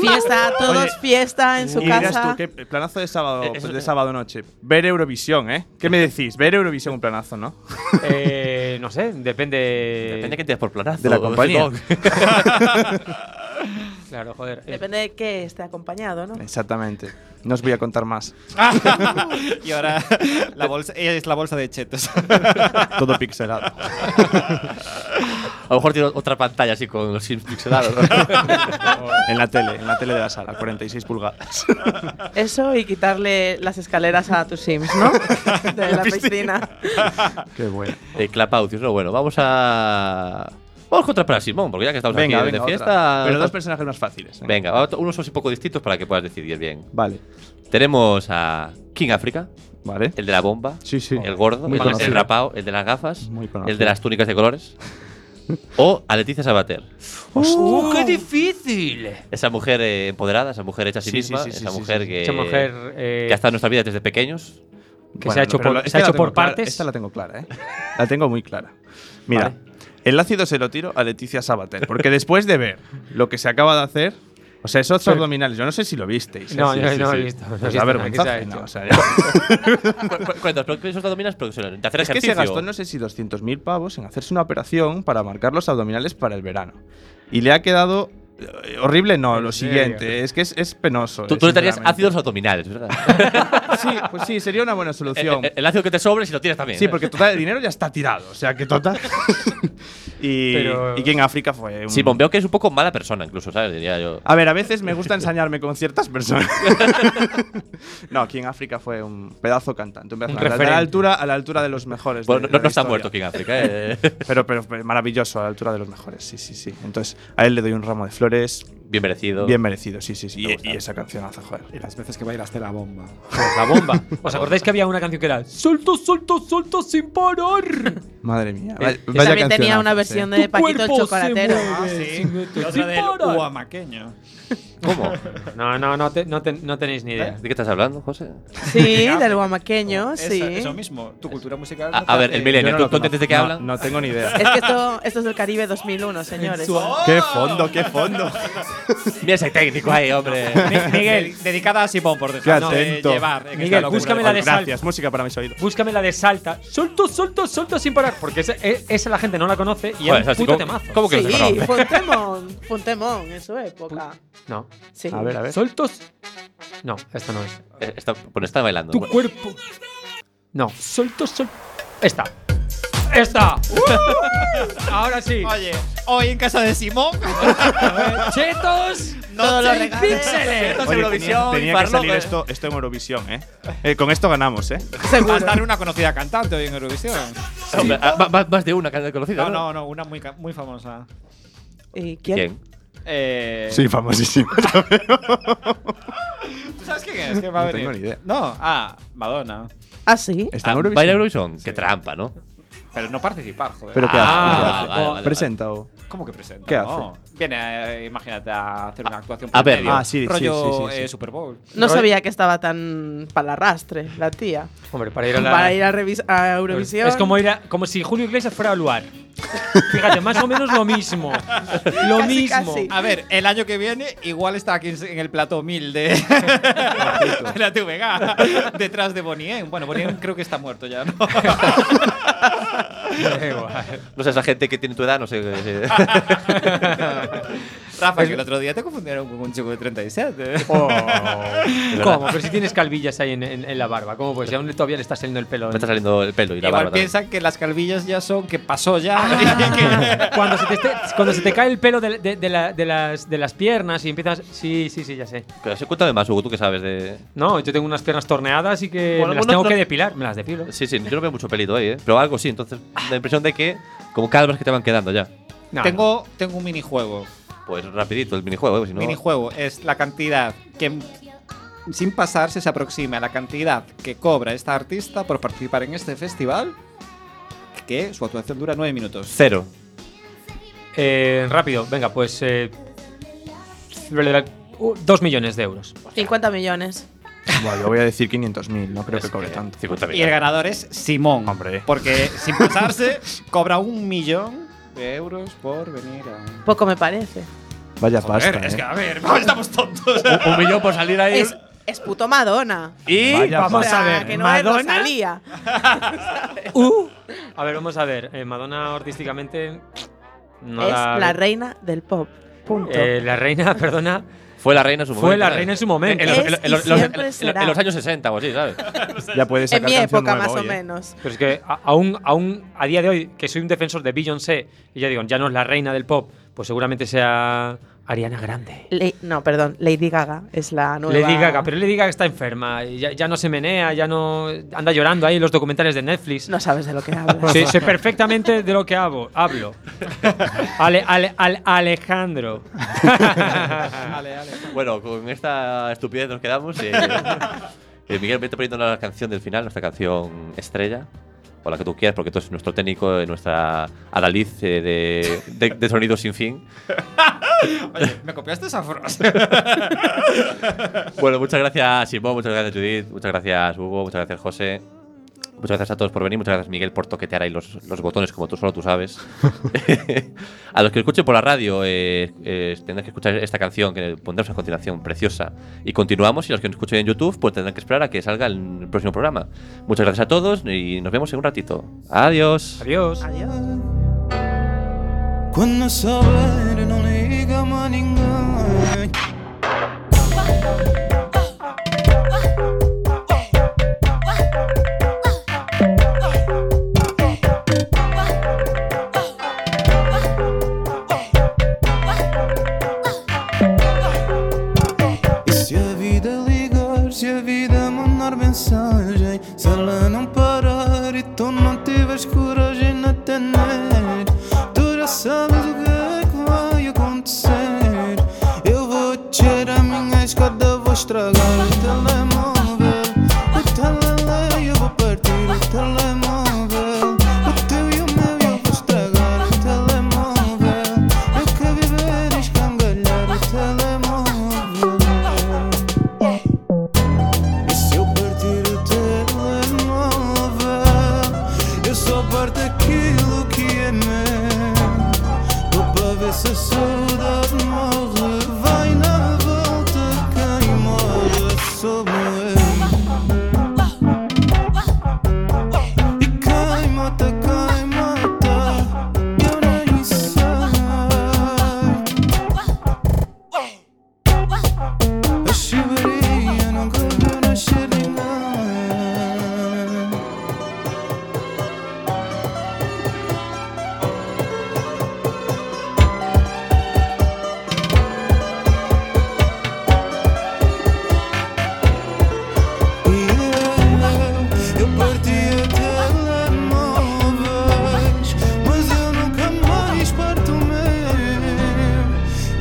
S5: Fiesta, todos fiesta en su
S6: Y dirás
S5: casa.
S6: tú, qué planazo de sábado,
S2: Eso-
S6: de sábado noche. Ver Eurovisión, ¿eh? ¿Qué me decís? Ver Eurovisión un planazo, ¿no?
S4: Eh, no sé, depende.
S2: Depende de qué tienes por planazo.
S6: De la compañía.
S4: Claro, joder. eh,
S5: Depende de qué esté acompañado, ¿no?
S6: Exactamente. No os voy a contar más.
S3: y ahora la bolsa, es la bolsa de chetos.
S6: Todo pixelado.
S2: A lo mejor tiene otra pantalla así con los Sims pixelados. ¿no?
S6: En la tele, en la tele de la sala, 46 pulgadas.
S5: Eso y quitarle las escaleras a tus Sims, ¿no? De la piscina.
S6: Qué bueno.
S2: Eh, Clapaut, no, bueno, vamos a. Vamos contra para Simón, porque ya que estamos
S6: Venga,
S2: aquí
S6: venga,
S2: de
S6: otra.
S2: fiesta.
S6: Pero dos
S2: estamos-
S6: personajes más fáciles. ¿eh?
S2: Venga, va- unos son un poco distintos para que puedas decidir bien.
S6: Vale,
S2: Tenemos a King África,
S6: vale.
S2: el de la bomba,
S6: Sí, sí.
S2: el gordo,
S6: Muy
S2: el- el
S6: conocido.
S2: rapao, el de las gafas,
S6: Muy conocido.
S2: el de las túnicas de colores. o a Leticia Sabater.
S4: ¡Uh, qué difícil!
S2: Esa mujer eh, empoderada, esa mujer hecha a sí,
S6: Sí, sí,
S2: misma,
S6: sí, sí,
S2: esa
S6: sí,
S2: mujer
S6: sí.
S2: que.
S4: Esa mujer eh,
S2: que ha estado en nuestra vida desde pequeños.
S4: que se ha hecho
S6: pero
S4: por- se
S6: la- esta
S4: ha
S6: la
S4: hecho
S6: tengo
S4: por
S6: clara-
S4: partes.
S6: Esta la tengo clara, ¿eh? La tengo muy clara. Mira,
S2: Vale.
S6: el ácido se lo tiro a Leticia Sabater, porque después de ver lo que se acaba de hacer, o sea, esos abdominales, yo no sé si lo visteis. ¿eh?
S4: No,
S6: sí,
S4: yo
S6: sí,
S4: no lo he
S6: sí.
S4: visto, no he
S6: Pues
S4: visto
S6: la
S4: nada
S6: vergüenza
S4: que se ha
S6: ajena,
S4: hecho.
S6: o sea, ya-
S2: Cu- Cuéntanos, pero que eso te dominas, pero que se- de hacer
S6: es que
S2: ejercicio.
S6: se gastó, no sé si 200.000 pavos en hacerse una operación para marcar los abdominales para el verano. Y le ha quedado. eh, Horrible, no, lo
S4: serio?
S6: siguiente. Es que es, es penoso.
S2: Tú,
S6: eh,
S2: tú le darías
S6: sinceramente.
S2: ácidos abdominales, ¿verdad?
S6: Sí, pues sí, sería una buena solución.
S2: el, el- el ácido que te sobre si lo tiras también.
S6: Sí,
S2: ¿eh?
S6: porque total el dinero ya está tirado. O sea, que total. y,
S4: Pero-
S6: y que en África fue un.
S2: Simón, veo que es un poco mala persona, incluso, ¿sabes? Diría yo.
S6: A ver, a veces me gusta ensañarme con ciertas personas. no, aquí en África fue un pedazo cantante. Un pedazo
S4: Un
S6: cantante. A la
S4: referente.
S6: altura, a la altura de los mejores. de-
S2: Bueno,
S6: de
S2: no,
S6: pues la
S2: no está
S6: historia.
S2: muerto aquí en África, ¿eh?
S6: Pero, pero, pero maravilloso, a la altura de los mejores. Sí, sí, sí. Entonces, a él le doy un ramo de flores.
S2: Bien merecido.
S6: Bien merecido, sí, sí, sí.
S2: Me
S6: Y,
S2: gusta.
S6: y esa cancionaza, joder.
S3: y las veces que bailaste la bomba.
S4: La bomba. ¿Os acordáis que había una canción que era Suelto, suelto, suelto sin parar?
S6: Madre mía.
S4: Eh,
S5: Yo también tenía una versión de
S4: Tu
S5: Paquito el
S4: cuerpo se
S5: Chocolatero.
S4: mueve.
S3: Ah,
S4: sí.
S3: sí.
S4: Y otra
S3: otra
S4: del
S3: del
S2: ¿Cómo?
S4: No, no, no, te- no, te- no tenéis ni idea.
S2: ¿Eh? ¿De qué estás hablando, José?
S5: Sí, del guamaqueño, sí.
S3: Oh, Eso mismo. Tu cultura musical.
S2: A, a ver, el
S6: Yo
S2: milenio,
S6: no
S2: ¿tú
S6: lo
S2: tú entiendes de qué
S6: conozco.
S2: hablan?
S6: No, no tengo ni idea.
S5: Es que esto, esto es del Caribe 2001, señores.
S2: este-
S6: ¡Qué fondo, qué fondo!
S2: Mira ese técnico ahí, hombre.
S4: Eh,
S3: Miguel, dedicada a Simón por
S4: Ah,
S6: Qué
S3: dejarnos de
S6: atento.
S3: llevar. en
S4: Miguel,
S3: esta locura.
S4: búscame eh, la de sal.
S6: Gracias, música para mis oídos.
S4: Búscame la de Salta. Suelto, suelto, suelto sin parar. Porque esa, e- esa la gente no la conoce y
S2: Joder,
S4: es un
S2: así,
S4: puto
S2: ¿cómo-
S4: temazo.
S2: cómo que no se
S5: Sí,
S2: conoce?
S5: fue un temón, fue un temón en su época.
S4: No.
S5: Sí.
S6: A ver, a ver.
S4: Sueltos. No, esta no es.
S2: Eh, Está, bueno, está bailando.
S4: Tu
S2: Bueno,
S4: cuerpo. No. Suelto, suelto. Esta. ¡Esta! Ahora sí.
S3: Oye, hoy en casa de Simón.
S4: ¡Chetos!
S3: No
S5: lo
S3: te
S5: regales.
S3: píxeles.
S6: Oye, tenía,
S2: Eurovisión
S6: tenía
S2: y
S6: que salir
S2: Farloco.
S6: esto, esto en Eurovisión, ¿eh? Eh, Con esto ganamos, ¿eh?
S3: Va a estar una conocida cantante hoy en Eurovisión.
S2: Hombre, ah, va- va- Más de una que conocida.
S3: No, no, no, una muy, ca- muy famosa.
S5: ¿Y quién?
S2: ¿Quién?
S3: Eh,
S6: famosísimo.
S3: ¿Tú sabes quién es? ¿Quién va a
S6: No
S3: venir?
S6: tengo ni idea.
S3: No, ah, Madonna.
S5: ¿Ah, sí?
S6: Está
S2: Ah,
S6: en
S2: ¿Va a ir a
S6: Eurovisión.
S2: Eurovisión? Qué trampa, ¿no?
S3: Pero no participar, joder.
S6: Pero ¿qué hace?
S2: Ah,
S6: ¿Qué
S2: vale,
S6: hace?
S2: vale, vale.
S6: Presenta o.
S3: ¿Cómo que presenta?
S6: ¿Qué
S3: No. Viene, eh, imagínate, a hacer una actuación.
S2: a
S3: por
S2: ver,
S3: medio.
S6: ah, sí, sí,
S3: Rollo,
S6: sí, sí, sí.
S3: eh, Super Bowl.
S5: No sabía que estaba tan para el arrastre la tía.
S4: Hombre, para ir a la.
S5: Para ir a, revis- a Eurovisión.
S4: Es como ir a- como si Julio Iglesias fuera a Luar. Fíjate, más o menos lo mismo. Lo
S5: Casi,
S4: mismo.
S5: casi.
S3: A ver, el año que viene igual está aquí en el plato 1000 de, de la TVG, detrás de Bonien. Bueno, Bonien creo que está muerto ya, ¿no?
S2: No sé, esa gente que tiene tu edad, no sé. eh,
S3: Rafa, que el otro día te confundieron con un chico de 37.
S4: ¿Cómo? Pero si tienes calvillas ahí en, en- en la barba. ¿Cómo pues? Si aún todavía le está saliendo el pelo.
S2: Me está saliendo el pelo y la
S3: Igual
S2: barba. también.
S3: piensan que las calvillas ya son que pasó ya. y que-
S4: Cuando se, te esté- cuando se te cae el pelo de, de- de la- de las, de las piernas y empiezas. Sí, sí, sí, ya sé.
S2: Pero sí, cuéntame más, Hugo, tú que sabes de.
S4: No, yo tengo unas piernas torneadas y que
S2: Bueno,
S4: me las
S2: algunos
S4: tengo
S2: no-
S4: que depilar. Me las depilo.
S2: Sí, sí, yo no veo mucho pelito ahí, ¿eh? Pero algo sí, entonces la impresión de que, como calvas que te van quedando ya.
S4: No,
S3: tengo, tengo un minijuego.
S2: Pues rapidito el minijuego, ¿eh? si no.
S3: Minijuego es la cantidad que m- sin pasarse se aproxima a la cantidad que cobra esta artista por participar en este festival, que su actuación dura nueve minutos.
S2: Cero.
S4: Eh, rápido, venga, pues. eh, uh, dos millones de euros.
S5: 50 millones.
S6: Bueno, yo voy a decir 500.000, no creo que cobre tanto.
S2: 50
S3: Y el ganador es Simón.
S6: Hombre.
S3: Porque sin pasarse cobra un millón de euros por venir a...
S5: Poco me parece.
S6: Vaya
S3: Joder,
S6: pasta.
S3: es que
S6: ¿eh? Uh,
S3: a ver, estamos tontos.
S2: Un, un millón por salir ahí.
S5: Es, es puto Madonna.
S2: Y.
S6: Vaya
S5: O
S4: Vamos
S5: sea,
S4: a ver,
S5: que no es
S4: Madonna.
S5: Rosalía.
S4: Uh. A ver, vamos a ver. eh, Madonna artísticamente. No
S5: es la reina del pop. Punto.
S4: Eh, la reina, perdona.
S2: Fue la reina en su momento. eh.
S4: Fue la
S2: ¿sabes?
S4: reina en su momento.
S2: En los, en
S5: Es
S2: los-
S5: y
S2: en los-
S5: siempre
S2: en los-
S5: será.
S2: en los años 60 o así, ¿sabes?
S6: Ya puedes
S5: en
S6: sacar
S5: mi
S6: canción
S5: época,
S6: nueva
S5: más o
S6: hoy, ¿eh?
S5: menos.
S4: Pero es que a- aún, aún a día de hoy, que soy un defensor de Beyoncé, y ya digo, ya no es la reina del pop, pues seguramente sea Ariana Grande.
S5: Le- no, perdón. Lady Gaga es la nueva.
S4: Lady Gaga, pero Lady Gaga está enferma, y ya, ya no se menea, ya no anda llorando ahí en los documentales de Netflix.
S5: No sabes de lo que hablas.
S4: Sí, sé perfectamente de lo que hablo. hablo. Ale- ale- ale- Alejandro.
S2: Bueno, con esta estupidez nos quedamos. eh. Eh, Miguel, vete poniendo la canción del final, nuestra canción estrella. O la que tú quieras, porque tú eres nuestro técnico, eh, nuestra adalid eh, de, de, de sonido sin fin.
S3: Oye, me copiaste esa frase.
S2: Bueno, muchas gracias Simón, muchas gracias Judith, muchas gracias Hugo, muchas gracias José. Muchas gracias a todos por venir, muchas gracias Miguel por toquetear ahí los, los botones como tú solo tú sabes. a los que escuchen por la radio eh, eh, tendrán que escuchar esta canción que pondremos a continuación, preciosa. Y continuamos y los que nos escuchen en YouTube pues tendrán que esperar a que salga el próximo programa. Muchas gracias a todos y nos vemos en un ratito. Adiós.
S4: Adiós.
S1: Quando sover non liga ma ninguém E se a vida ligar, se a vida mandar mensagem Se ela não parar e tu não tiveres coragem na atender Tu já sabes o que é que vai acontecer Eu vou tirar a minha escada, vou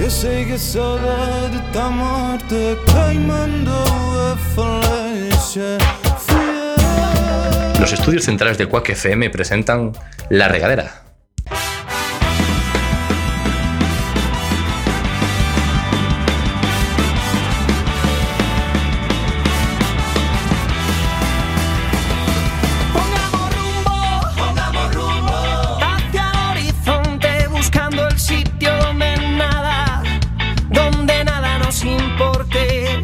S8: Sei que a saudade tá morta Quem mandou a falência Fui eu
S9: Los estudios centrales de Quack FM presentan La Regadera.
S1: Pongamos rumbo, pongamos rumbo hacia el horizonte buscando el sitio donde nada, donde nada nos importe.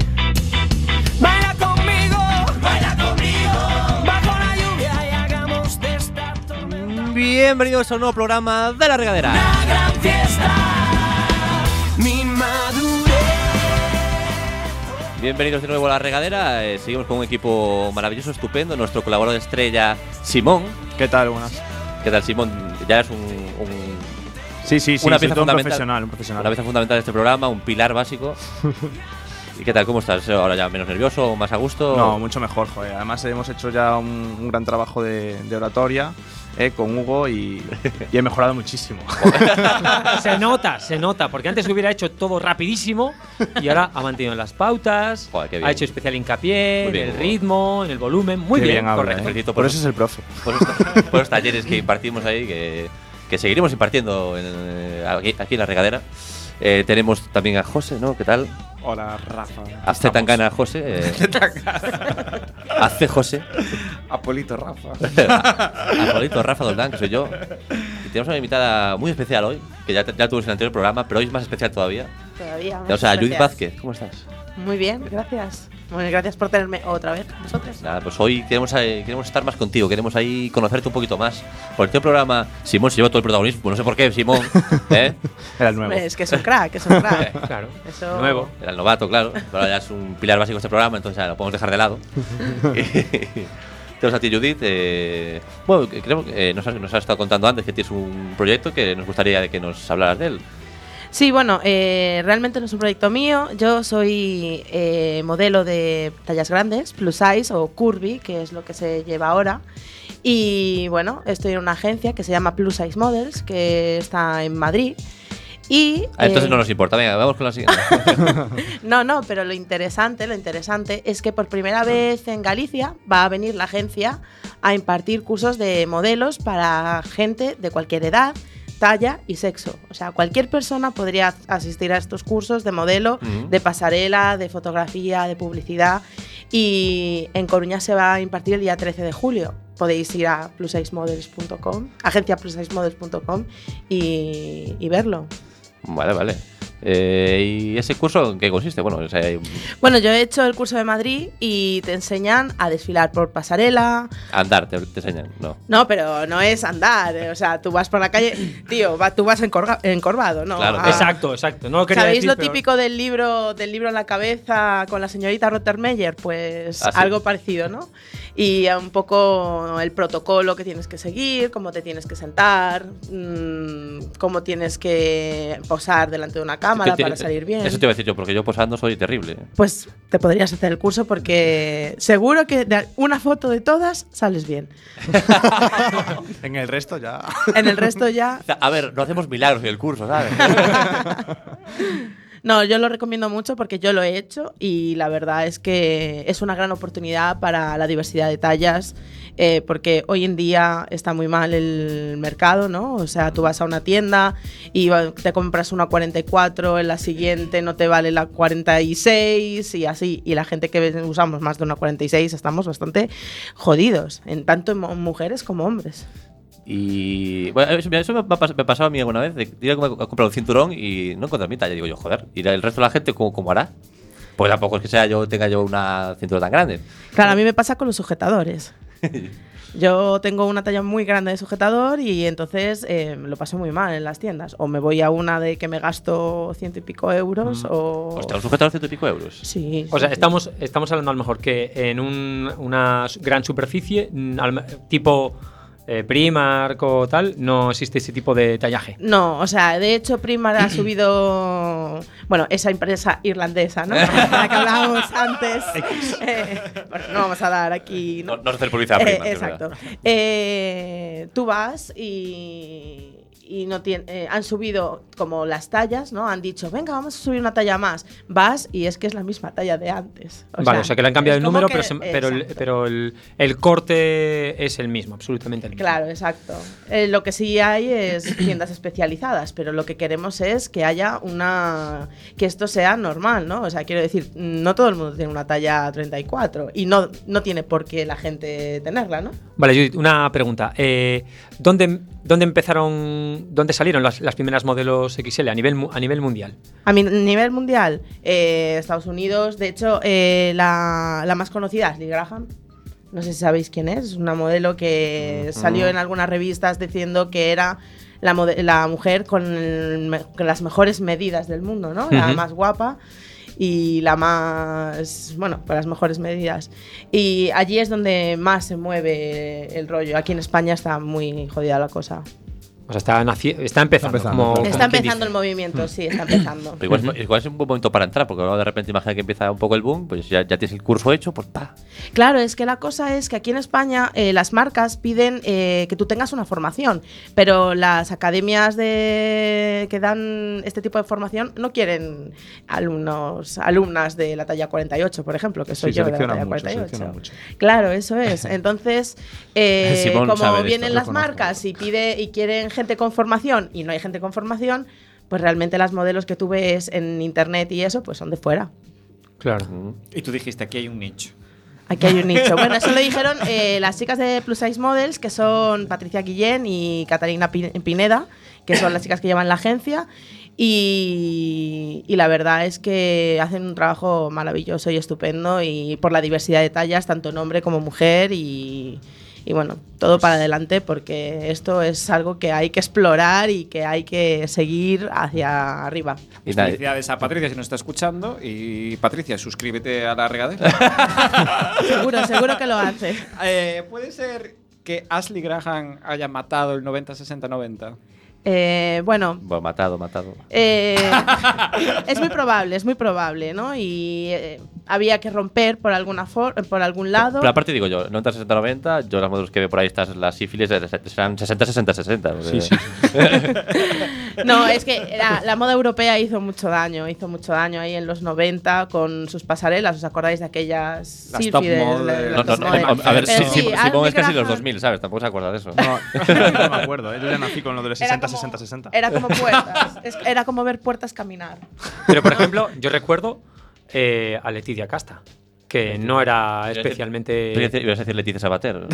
S1: Baila conmigo, baila conmigo, bajo la lluvia y hagamos de esta tormenta
S2: Bienvenidos a un nuevo programa de La Regadera.
S1: una gran fiesta. Mi madurez.
S2: Bienvenidos de nuevo a La Regadera. Eh, seguimos con un equipo maravilloso, estupendo. Nuestro colaborador estrella, Simón.
S6: ¿Qué tal? Buenas.
S2: ¿Qué tal, Simón? Ya es un- un
S6: Sí, sí, sí.
S2: Una
S6: soy
S2: pieza
S6: todo un
S2: fundamental.
S6: profesional, un profesional.
S2: Una pieza fundamental de este programa, un pilar básico. ¿Y qué tal? ¿Cómo estás? ¿Ahora ya menos nervioso, más a gusto?
S6: No, mucho mejor, joder. Además hemos hecho ya un, un gran trabajo de, de oratoria eh, con Hugo y, y he mejorado muchísimo.
S4: Se nota, se nota, porque antes hubiera hecho todo rapidísimo y ahora ha mantenido las pautas,
S2: Joder, qué bien.
S4: ha hecho especial hincapié
S2: Muy bien,
S4: en el
S2: Hugo.
S4: ritmo, en el volumen, muy
S6: Qué
S4: bien,
S6: habla,
S4: correcto.
S6: eh.
S2: Felicito por
S6: Por
S2: eso.
S6: eso es el profe.
S2: Por estos, por los talleres que impartimos ahí, que, que seguiremos impartiendo en, eh, aquí, aquí en la regadera. Eh, tenemos también a José, ¿no? ¿Qué tal?
S6: Hola, Rafa.
S2: A C. Tangana José. eh. a C. José.
S3: Apolito Rafa.
S2: A Pablito Rafa Doldán, que soy yo. Y tenemos una invitada muy especial hoy, que ya, ya tuvimos en el anterior programa, pero hoy es más especial todavía.
S5: Todavía.
S2: O sea, Judith
S5: gracias.
S2: Vázquez, ¿cómo estás?
S5: Muy bien, gracias. Bueno, gracias por tenerme otra vez con vosotros.
S2: Nada, pues hoy queremos, eh, queremos estar más contigo, queremos ahí conocerte un poquito más. Porque el programa, Simón se lleva todo el protagonismo, pues no sé por qué, Simón. ¿eh?
S6: Era el nuevo.
S5: Hombre, Es que es un crack, es un crack.
S4: Claro.
S5: Eso-
S4: Nuevo.
S2: Era el novato, claro, pero ahora ya es un pilar básico de este programa, entonces ya lo podemos dejar de lado. Tenemos a ti, Judith. eh, bueno, que- creo que eh, nos, has, nos has estado contando antes que tienes un proyecto que nos gustaría que nos hablaras de él.
S5: Sí, bueno, eh, realmente no es un proyecto mío. Yo soy eh, modelo de tallas grandes, plus size o curvy, que es lo que se lleva ahora. Y bueno, estoy en una agencia que se llama Plus Size Models, que está en Madrid. Y,
S2: Ah, entonces
S5: eh,
S2: no nos importa, venga, vamos con la siguiente.
S5: No, no, pero lo interesante, lo interesante es que por primera vez en Galicia va a venir la agencia a impartir cursos de modelos para gente de cualquier edad, talla y sexo. O sea, cualquier persona podría asistir a estos cursos de modelo,
S2: Ujú.
S5: de pasarela, de fotografía, de publicidad. Y en Coruña se va a impartir el día 13 de julio. Podéis ir a plus6models.com, agenciaplusaismodels.com y, y verlo.
S2: vale, vale. Eh, ¿Y ese curso en qué consiste? Bueno, o sea, hay un-
S5: Bueno, yo he hecho el curso de Madrid y te enseñan a desfilar por pasarela.
S2: andar, te, te enseñan, ¿no?
S5: No, pero no es andar. eh, O sea, tú vas por la calle, tío, va- tú vas encorga- encorvado, ¿no?
S2: Claro,
S5: Ah,
S4: Exacto, exacto. No lo quería
S5: ¿Sabéis
S4: decir,
S5: lo
S4: pero-
S5: típico del libro, del libro en la cabeza con la señorita Rottermeier? Pues
S2: Ah, sí.
S5: algo parecido, ¿no? Y un poco el protocolo que tienes que seguir, cómo te tienes que sentar, mm, cómo tienes que posar delante de una cámara
S2: Te- te-
S5: para salir bien.
S2: Eso te iba a decir yo, porque yo posando soy terrible.
S5: pues te podrías hacer el curso porque seguro que de una foto de todas sales bien.
S6: En el resto ya.
S5: En el resto ya...
S2: O sea, A ver, no hacemos milagros en el curso, ¿sabes?
S5: No, yo lo recomiendo mucho porque yo lo he hecho y la verdad es que es una gran oportunidad para la diversidad de tallas eh, porque hoy en día está muy mal el mercado, ¿no? O sea, tú vas a una tienda y va- te compras una 44, en la siguiente no te vale la 46 y así. Y la gente que usamos más de una 46 estamos bastante jodidos, en tanto en mo- mujeres como hombres.
S2: Y bueno, eso, mira, eso me, ha pas- me ha pasado a mí alguna vez. De, ir a com- a comprar un cinturón y no encontrar mi talla. Digo yo, joder, ¿y el resto de la gente cómo, cómo hará? Pues tampoco es que sea yo tenga yo una cintura tan grande.
S5: Claro, a mí me pasa con los sujetadores. Yo tengo una talla muy grande de sujetador y entonces eh, lo paso muy mal en las tiendas. O me voy a una de que me gasto ciento y pico euros o...
S2: Ostras, un sujetador ciento y pico euros.
S5: Sí.
S4: Mm. O sea,
S5: sí, sí.
S4: estamos, estamos hablando a lo mejor que en un- una s- gran superficie, mm, al me- tipo eh, Primark o tal, no existe ese tipo de tallaje.
S5: No, o sea, de hecho Primark ha subido, bueno, esa empresa irlandesa, ¿no? De la que hablábamos antes. Eh, bueno, no vamos a dar aquí,
S2: No,
S5: ¿no?
S2: no se hace publicidad
S5: Eh,
S2: prima.
S5: exacto. Eh, tú vas y, y y no tiene, eh, han subido como las tallas, ¿no? Han dicho, venga, vamos a subir una talla más. Vas y es que es la misma talla de antes.
S4: vale, o sea que le han cambiado
S5: es
S4: el
S5: como
S4: número,
S5: que-
S4: pero, se- pero, el,
S5: exacto.
S4: pero el, el corte es el mismo, absolutamente el mismo.
S5: Claro, exacto. Eh, lo que sí hay es tiendas especializadas, pero lo que queremos es que haya una. que esto sea normal, ¿no? O sea, quiero decir, no todo el mundo tiene una talla 34 y no, no tiene por qué la gente tenerla, ¿no?
S4: Vale, Judith, una pregunta. Eh, ¿dónde, ¿Dónde empezaron, dónde salieron las, las primeras modelos XL a nivel, mu- a nivel mundial?
S5: A mi- nivel mundial, eh, Estados Unidos, de hecho, eh, la, la más conocida es Lee Graham. No sé si sabéis quién es. Es una modelo que salió en algunas revistas diciendo que era la, mode- la mujer con, el me- con las mejores medidas del mundo, ¿no? La
S4: Ujú.
S5: más guapa y la más. Bueno, con las mejores medidas. Y allí es donde más se mueve el rollo. Aquí en España está muy jodida la cosa.
S4: O sea, está, naci- está empezando.
S7: Está empezando,
S4: como-
S7: está
S4: como
S5: Está
S4: quien
S5: empezando el
S4: dice. Mm.
S5: movimiento, sí, está empezando.
S2: Pero Igual, igual es un buen momento para entrar, porque luego de repente imagina que empieza un poco el boom, pues ya, ya tienes el curso hecho, pues pa.
S5: Claro, es que la cosa es que aquí en España eh, las marcas piden eh, que tú tengas una formación, pero las academias de, que dan este tipo de formación no quieren alumnos, alumnas de la talla 48, por ejemplo, que soy
S6: Sí,
S5: yo de la
S6: seleccionan
S5: talla
S6: mucho,
S5: 48.
S6: seleccionan mucho.
S5: Claro, eso es. Entonces, eh,
S2: Simón sabe de
S5: como
S2: esto,
S5: vienen
S2: yo
S5: las
S6: conozco.
S5: marcas y pide y quieren gente con formación y no hay gente con formación, pues realmente las modelos que tú ves en internet y eso, pues son de fuera.
S4: Claro.
S3: Y tú dijiste, aquí hay un nicho.
S5: Aquí hay un nicho. Bueno, eso lo dijeron eh, las chicas de Plus Size Models, que son Patricia Guillén y Catalina Pi- Pineda, que son las chicas que llevan la agencia. Y, y la verdad es que hacen un trabajo maravilloso y estupendo y por la diversidad de tallas, tanto en hombre como mujer y, y bueno, todo para adelante porque esto es algo que hay que explorar y que hay que seguir hacia arriba.
S2: Y nada,
S3: Felicidades a Patricia si nos está escuchando. Y Patricia, suscríbete a la regadera.
S5: Seguro, seguro que lo hace.
S3: Eh, ¿Puede ser que Ashley Graham haya matado el 90-60-90?
S5: Eh, bueno,
S2: bueno, matado, matado.
S5: Eh, es muy probable, es muy probable, ¿no? Y eh, había que romper por alguna for- por algún lado.
S2: Pero aparte digo yo, 90-60-90, yo las modelos que veo por ahí, estas, las sífilis, eh, serán 60-60-60. porque-
S5: No, es que la, la moda europea hizo mucho daño, hizo mucho daño ahí en los 90 con sus pasarelas. ¿Os acordáis de
S3: Las
S5: aquellas
S3: top
S5: sílfides,
S3: model.
S5: la-
S3: No,
S2: No,
S5: las
S2: no,
S5: top
S2: no,
S5: model?
S2: a ver, si, si-
S5: Pero sí,
S2: Simón
S5: Ashley
S2: es casi los
S5: Graham
S2: 2000, ¿sabes? Tampoco se acuerda de eso.
S6: No, no me acuerdo, ¿eh? yo ya nací con lo de los
S5: era
S6: 60,
S5: como-
S6: 60, 60.
S5: Era como puertas. es- era como ver puertas caminar.
S4: Pero, por ejemplo, yo recuerdo eh, a Leticia Casta, que no era especialmente.
S2: Ibas a decir- ibas a decir Leticia Sabater.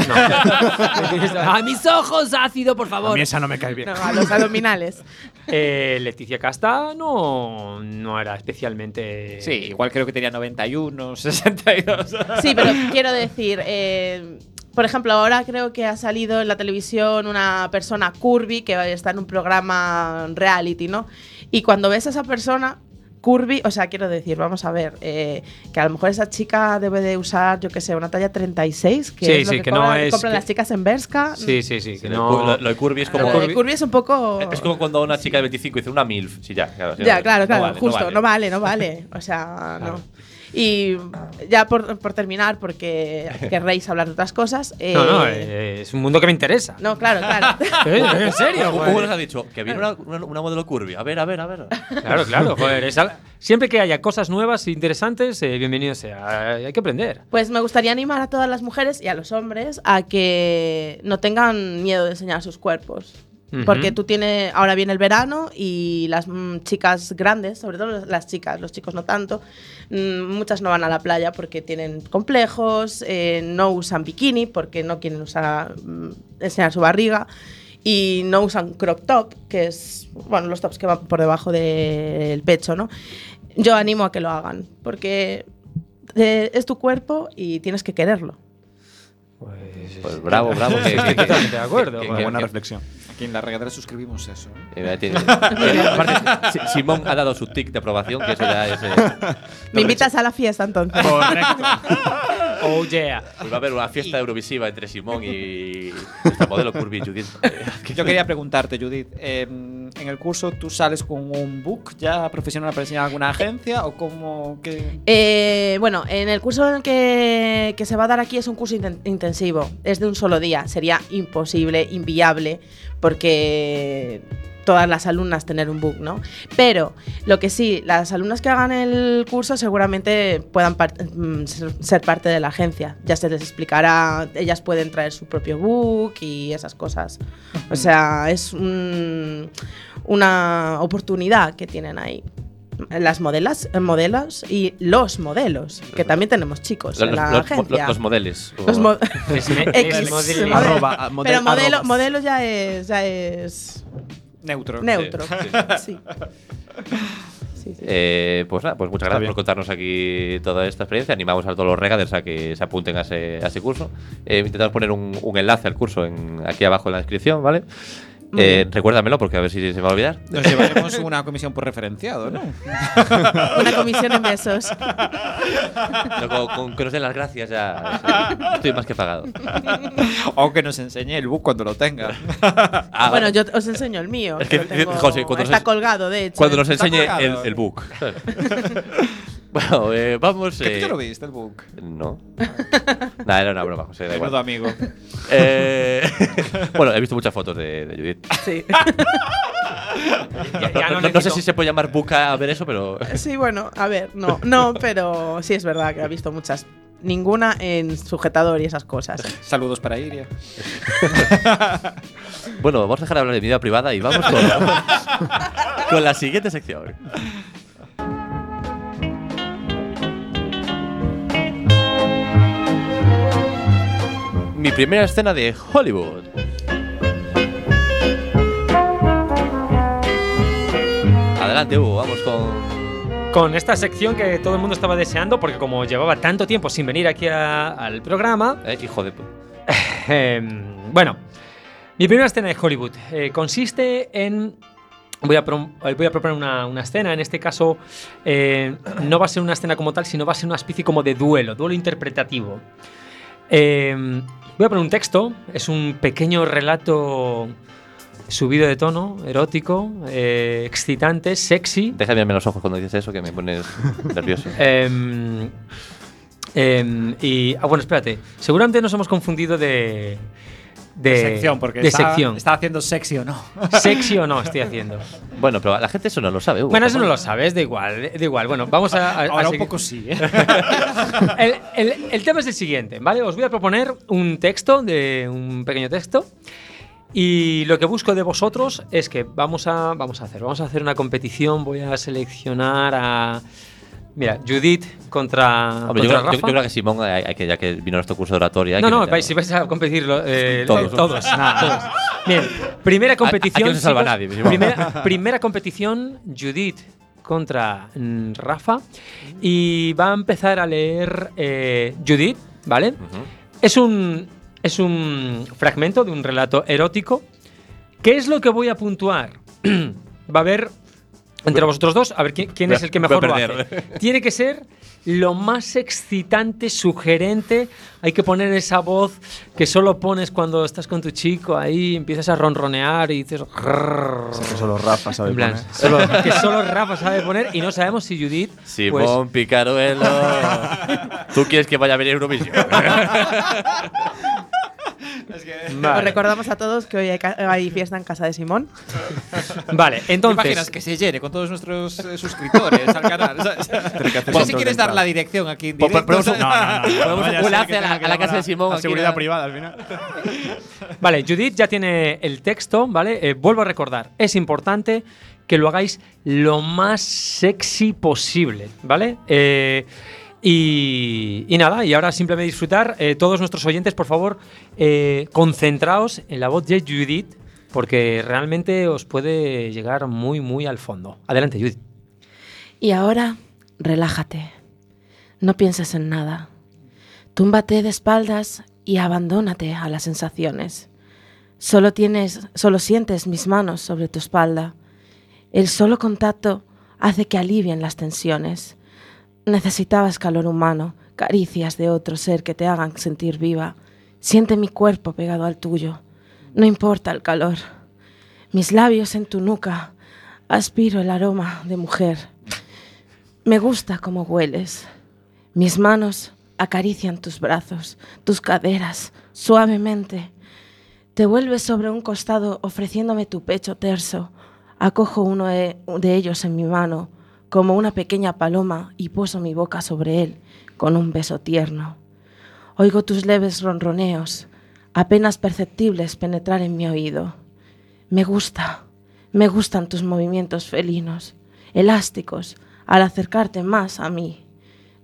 S4: a mis ojos, ácido, por
S6: A
S4: favor.
S6: mí esa no me cae bien.
S5: No, a los abdominales.
S4: Eh, Leticia Casta no, no era especialmente.
S3: Sí, igual creo que tenía 91, 62.
S5: Sí, pero quiero decir, eh, por ejemplo, ahora creo que ha salido en la televisión una persona curvy que está en un programa reality, ¿no? Y cuando ves a esa persona curvy, o sea, quiero decir, vamos a ver, eh, que a lo mejor esa chica debe de usar, yo qué sé, una talla 36, que
S4: Sí,
S5: es lo
S4: sí,
S5: que,
S4: que no
S5: cobran-
S4: es-
S5: compran
S4: que-
S5: las chicas en Berska.
S4: Sí, sí, sí. que no-
S2: Lo, lo de curvy es como.
S5: Lo de curvy es un poco...
S2: Es como cuando una chica de 25 dice una MILF. Sí, ya, claro. sí,
S5: Ya,
S2: no-
S5: claro,
S2: no
S5: claro,
S2: vale, no
S5: justo,
S2: vale.
S5: no vale, no vale. O sea, no. Y ya por, por terminar, porque querréis hablar de otras cosas. eh,
S4: No, no, eh, es un mundo que me interesa.
S5: No, claro, claro.
S4: Eh, ¿En serio?
S2: Hugo
S4: joder.
S2: nos ha dicho que viene una, una- una modelo curvy. A ver, a ver, a ver.
S4: Claro, claro. joder, es al- siempre que haya cosas nuevas e interesantes, eh, bienvenido sea. Eh, Hay que aprender.
S5: Pues me gustaría animar a todas las mujeres y a los hombres a que no tengan miedo de enseñar sus cuerpos.
S4: Ujú.
S5: Porque tú tienes, ahora viene el verano y las mm, chicas grandes, sobre todo las chicas, los chicos no tanto, mm, muchas no van a la playa porque tienen complejos, eh, no usan bikini porque no quieren usar, mm, enseñar su barriga y no usan crop top, que es, bueno, los tops que van por debajo del pecho, ¿no? Yo animo a que lo hagan porque eh, es tu cuerpo y tienes que quererlo.
S4: Pues,
S2: Pues bravo, bravo. que- que-
S4: Estoy
S2: que-
S4: totalmente de acuerdo.
S2: que-
S6: Una
S2: que-
S6: buena
S2: que-
S6: reflexión.
S3: Aquí en la regadera suscribimos eso.
S2: Eh, mira, tiene- Aparte, Si- Simón ha dado su tic de aprobación, que eso ya es. eh,
S5: Me invitas a la fiesta entonces.
S4: Oh, yeah.
S2: pues va a haber una fiesta eurovisiva entre Simón y esta modelo curvy Judith.
S3: Yo quería preguntarte, Judith, eh, ¿en el curso tú sales con un book ya profesional para enseñar a alguna agencia o cómo que
S5: Eh, bueno, en el curso en el que, que se va a dar aquí es un curso inten- intensivo, es de un solo día, sería imposible, inviable, porque todas las alumnas tener un book, ¿no? Pero lo que sí, las alumnas que hagan el curso seguramente puedan par- mm, ser ser parte de la agencia. Ya se les explicará, ellas pueden traer su propio book y esas cosas. O sea, es un- una oportunidad que tienen ahí. Las modelas, eh, modelos y los modelos, que también tenemos chicos
S2: Los,
S5: en la
S2: los-
S5: agencia.
S2: los- los modelos. o-
S5: Los mo-
S4: Ex-
S5: X.
S4: modelo.
S3: Arroba, a- model-
S5: Pero modelo,
S3: arrobas.
S5: modelo ya es, ya es
S7: Neutro.
S5: neutro.
S2: Sí,
S5: Sí. Sí, sí.
S2: Eh, pues nada, pues muchas
S6: Está
S2: gracias
S6: bien.
S2: por contarnos aquí toda esta experiencia. Animamos a todos los regaders a que se apunten a ese, a ese curso. Eh, intentamos poner un, un enlace al curso en, aquí abajo en la descripción, ¿vale?
S5: Muy
S2: Eh,
S5: bien.
S2: recuérdamelo porque a ver si se me va a olvidar.
S7: Nos llevaremos una comisión por referenciado, ¿no?
S5: Una comisión en besos.
S2: No, con, con que nos den las gracias ya sí, estoy más que pagado.
S5: Ah,
S3: O que nos enseñe el book cuando lo tenga.
S2: Ah,
S5: bueno,
S2: vale.
S5: yo os enseño el mío.
S2: Es
S5: que
S2: que,
S5: lo tengo-
S2: José, cuando nos
S5: está
S2: ens-
S5: colgado, de hecho.
S2: cuando nos
S5: Está
S2: enseñe
S5: colgado.
S2: el,
S7: colgado.
S2: el book. bueno, eh, vamos.
S3: ¿Qué tú
S2: eh,
S3: lo viste el book?
S2: No. nada, era una broma, José. da igual.
S3: Menudo amigo.
S2: Eh, bueno, he visto muchas fotos de, de Judith.
S5: Sí.
S2: No,
S4: ya
S2: no- no- no
S4: no
S2: sé
S4: necesito.
S2: si se puede llamar buca a ver eso, pero.
S5: Sí, bueno, a ver, no, no, pero sí es verdad que ha visto muchas. Ninguna en sujetador y esas cosas.
S3: Saludos para Iria.
S2: Bueno, vamos a dejar de hablar de mi vida privada y vamos con, con la siguiente sección. Mi primera escena de Hollywood. Adelante, Hugo, vamos con.
S4: con esta sección que todo el mundo estaba deseando, porque como llevaba tanto tiempo sin venir aquí a- al programa,
S2: eh, hijo de. pu-
S4: em, bueno, mi primera escena de Hollywood eh, consiste en... Voy a, pro- eh, voy a proponer una, una escena, en este caso eh, no va a ser una escena como tal, sino va a ser una especie como de duelo, duelo interpretativo. Em, voy a poner un texto, es un pequeño relato subido de tono, erótico, eh, excitante, sexy.
S2: Déjame mirarme los ojos cuando dices eso, que me pones nervioso. Eh,
S4: Em, em, y, ah, bueno, espérate. Seguramente nos hemos confundido de. De
S3: Eh, sección, porque
S4: de
S3: está,
S4: sección.
S3: está haciendo sexy o no.
S4: Sexy o no estoy haciendo.
S2: Bueno, pero la gente eso no lo sabe, Hugo.
S4: Bueno, eso no
S2: tampoco.
S4: lo sabes, da igual, da igual. Bueno, vamos a. a- a
S3: Ahora un
S4: seguir.
S3: poco sí, ¿eh?
S4: El, el- el tema es el siguiente, ¿vale? Os voy a proponer un texto, de un pequeño texto. Y lo que busco de vosotros es que vamos a, vamos a hacer, vamos a hacer una competición. Voy a seleccionar a, mira, Judith contra,
S2: Hombre, yo, creo,
S4: contra
S2: yo-
S4: Rafa.
S2: yo creo que Simón, hay- hay que- ya que vino a nuestro curso de oratoria. hay
S4: No,
S2: que
S4: no,
S2: meterlo.
S4: vais, si vais a competirlo eh,
S2: Todos.
S4: eh, todos, nada, todos. Bien, primera competición.
S2: aquí no se salva
S4: chicos,
S2: nadie, mismo.
S4: Primera, primera competición, Judith contra mm, Rafa. Y va a empezar a leer eh, Judith, ¿vale? es, un, es un fragmento de un relato erótico. ¿Qué es lo que voy a puntuar? Va a haber entre vosotros dos, a ver quién, quién
S2: Voy a-
S4: es el que
S2: voy a
S4: mejor lo
S2: perder.
S4: hace. Tiene que ser lo más excitante, sugerente. Hay que poner esa voz que solo pones cuando estás con tu chico ahí, empiezas a ronronear y dices. "Grrr".
S6: Que solo Rafa sabe.
S4: En plan,
S6: poner.
S4: solo- que solo Rafa sabe poner y no sabemos si Judith. pues,
S2: Simón Picaruelo. Tú quieres que vaya a venir Eurovisión.
S4: vale.
S5: Os recordamos a todos que hoy hay, ca- hay fiesta en casa de Simón.
S4: Vale,
S3: ¿Te
S4: entonces.
S3: imaginas que se llene con todos nuestros eh, suscriptores al canal? ¿sabes? No sé si quieres
S6: control de
S3: dar
S6: entrada.
S3: la dirección aquí en
S6: Po- po-
S3: directo.
S6: ponemos un-
S3: ¿sabes?
S2: Ponemos un enlace a la, a la casa de Simón.
S6: La
S2: aquí
S6: seguridad
S2: en-
S6: privada al final.
S4: Vale, Judith ya tiene el texto, ¿vale? Eh, vuelvo a recordar, es importante que lo hagáis lo más sexy posible, ¿vale? Eh, y, y nada, y ahora simplemente disfrutar. Eh, todos nuestros oyentes, por favor, eh, concentraos en la voz de Judith, porque realmente os puede llegar muy, muy al fondo. Adelante, Judith.
S5: Y ahora, relájate. No pienses en nada. Túmbate de espaldas y abandónate a las sensaciones. Solo tienes, solo sientes mis manos sobre tu espalda. El solo contacto hace que alivien las tensiones. Necesitabas calor humano, caricias de otro ser que te hagan sentir viva. Siente mi cuerpo pegado al tuyo. No importa el calor. Mis labios en tu nuca. Aspiro el aroma de mujer. Me gusta cómo hueles. Mis manos acarician tus brazos, tus caderas, suavemente. Te vuelves sobre un costado ofreciéndome tu pecho terso, Acojo uno de, de ellos en mi mano, como una pequeña paloma, y poso mi boca sobre él con un beso tierno. Oigo tus leves ronroneos, apenas perceptibles penetrar en mi oído. Me gusta, me gustan tus movimientos felinos, elásticos, al acercarte más a mí.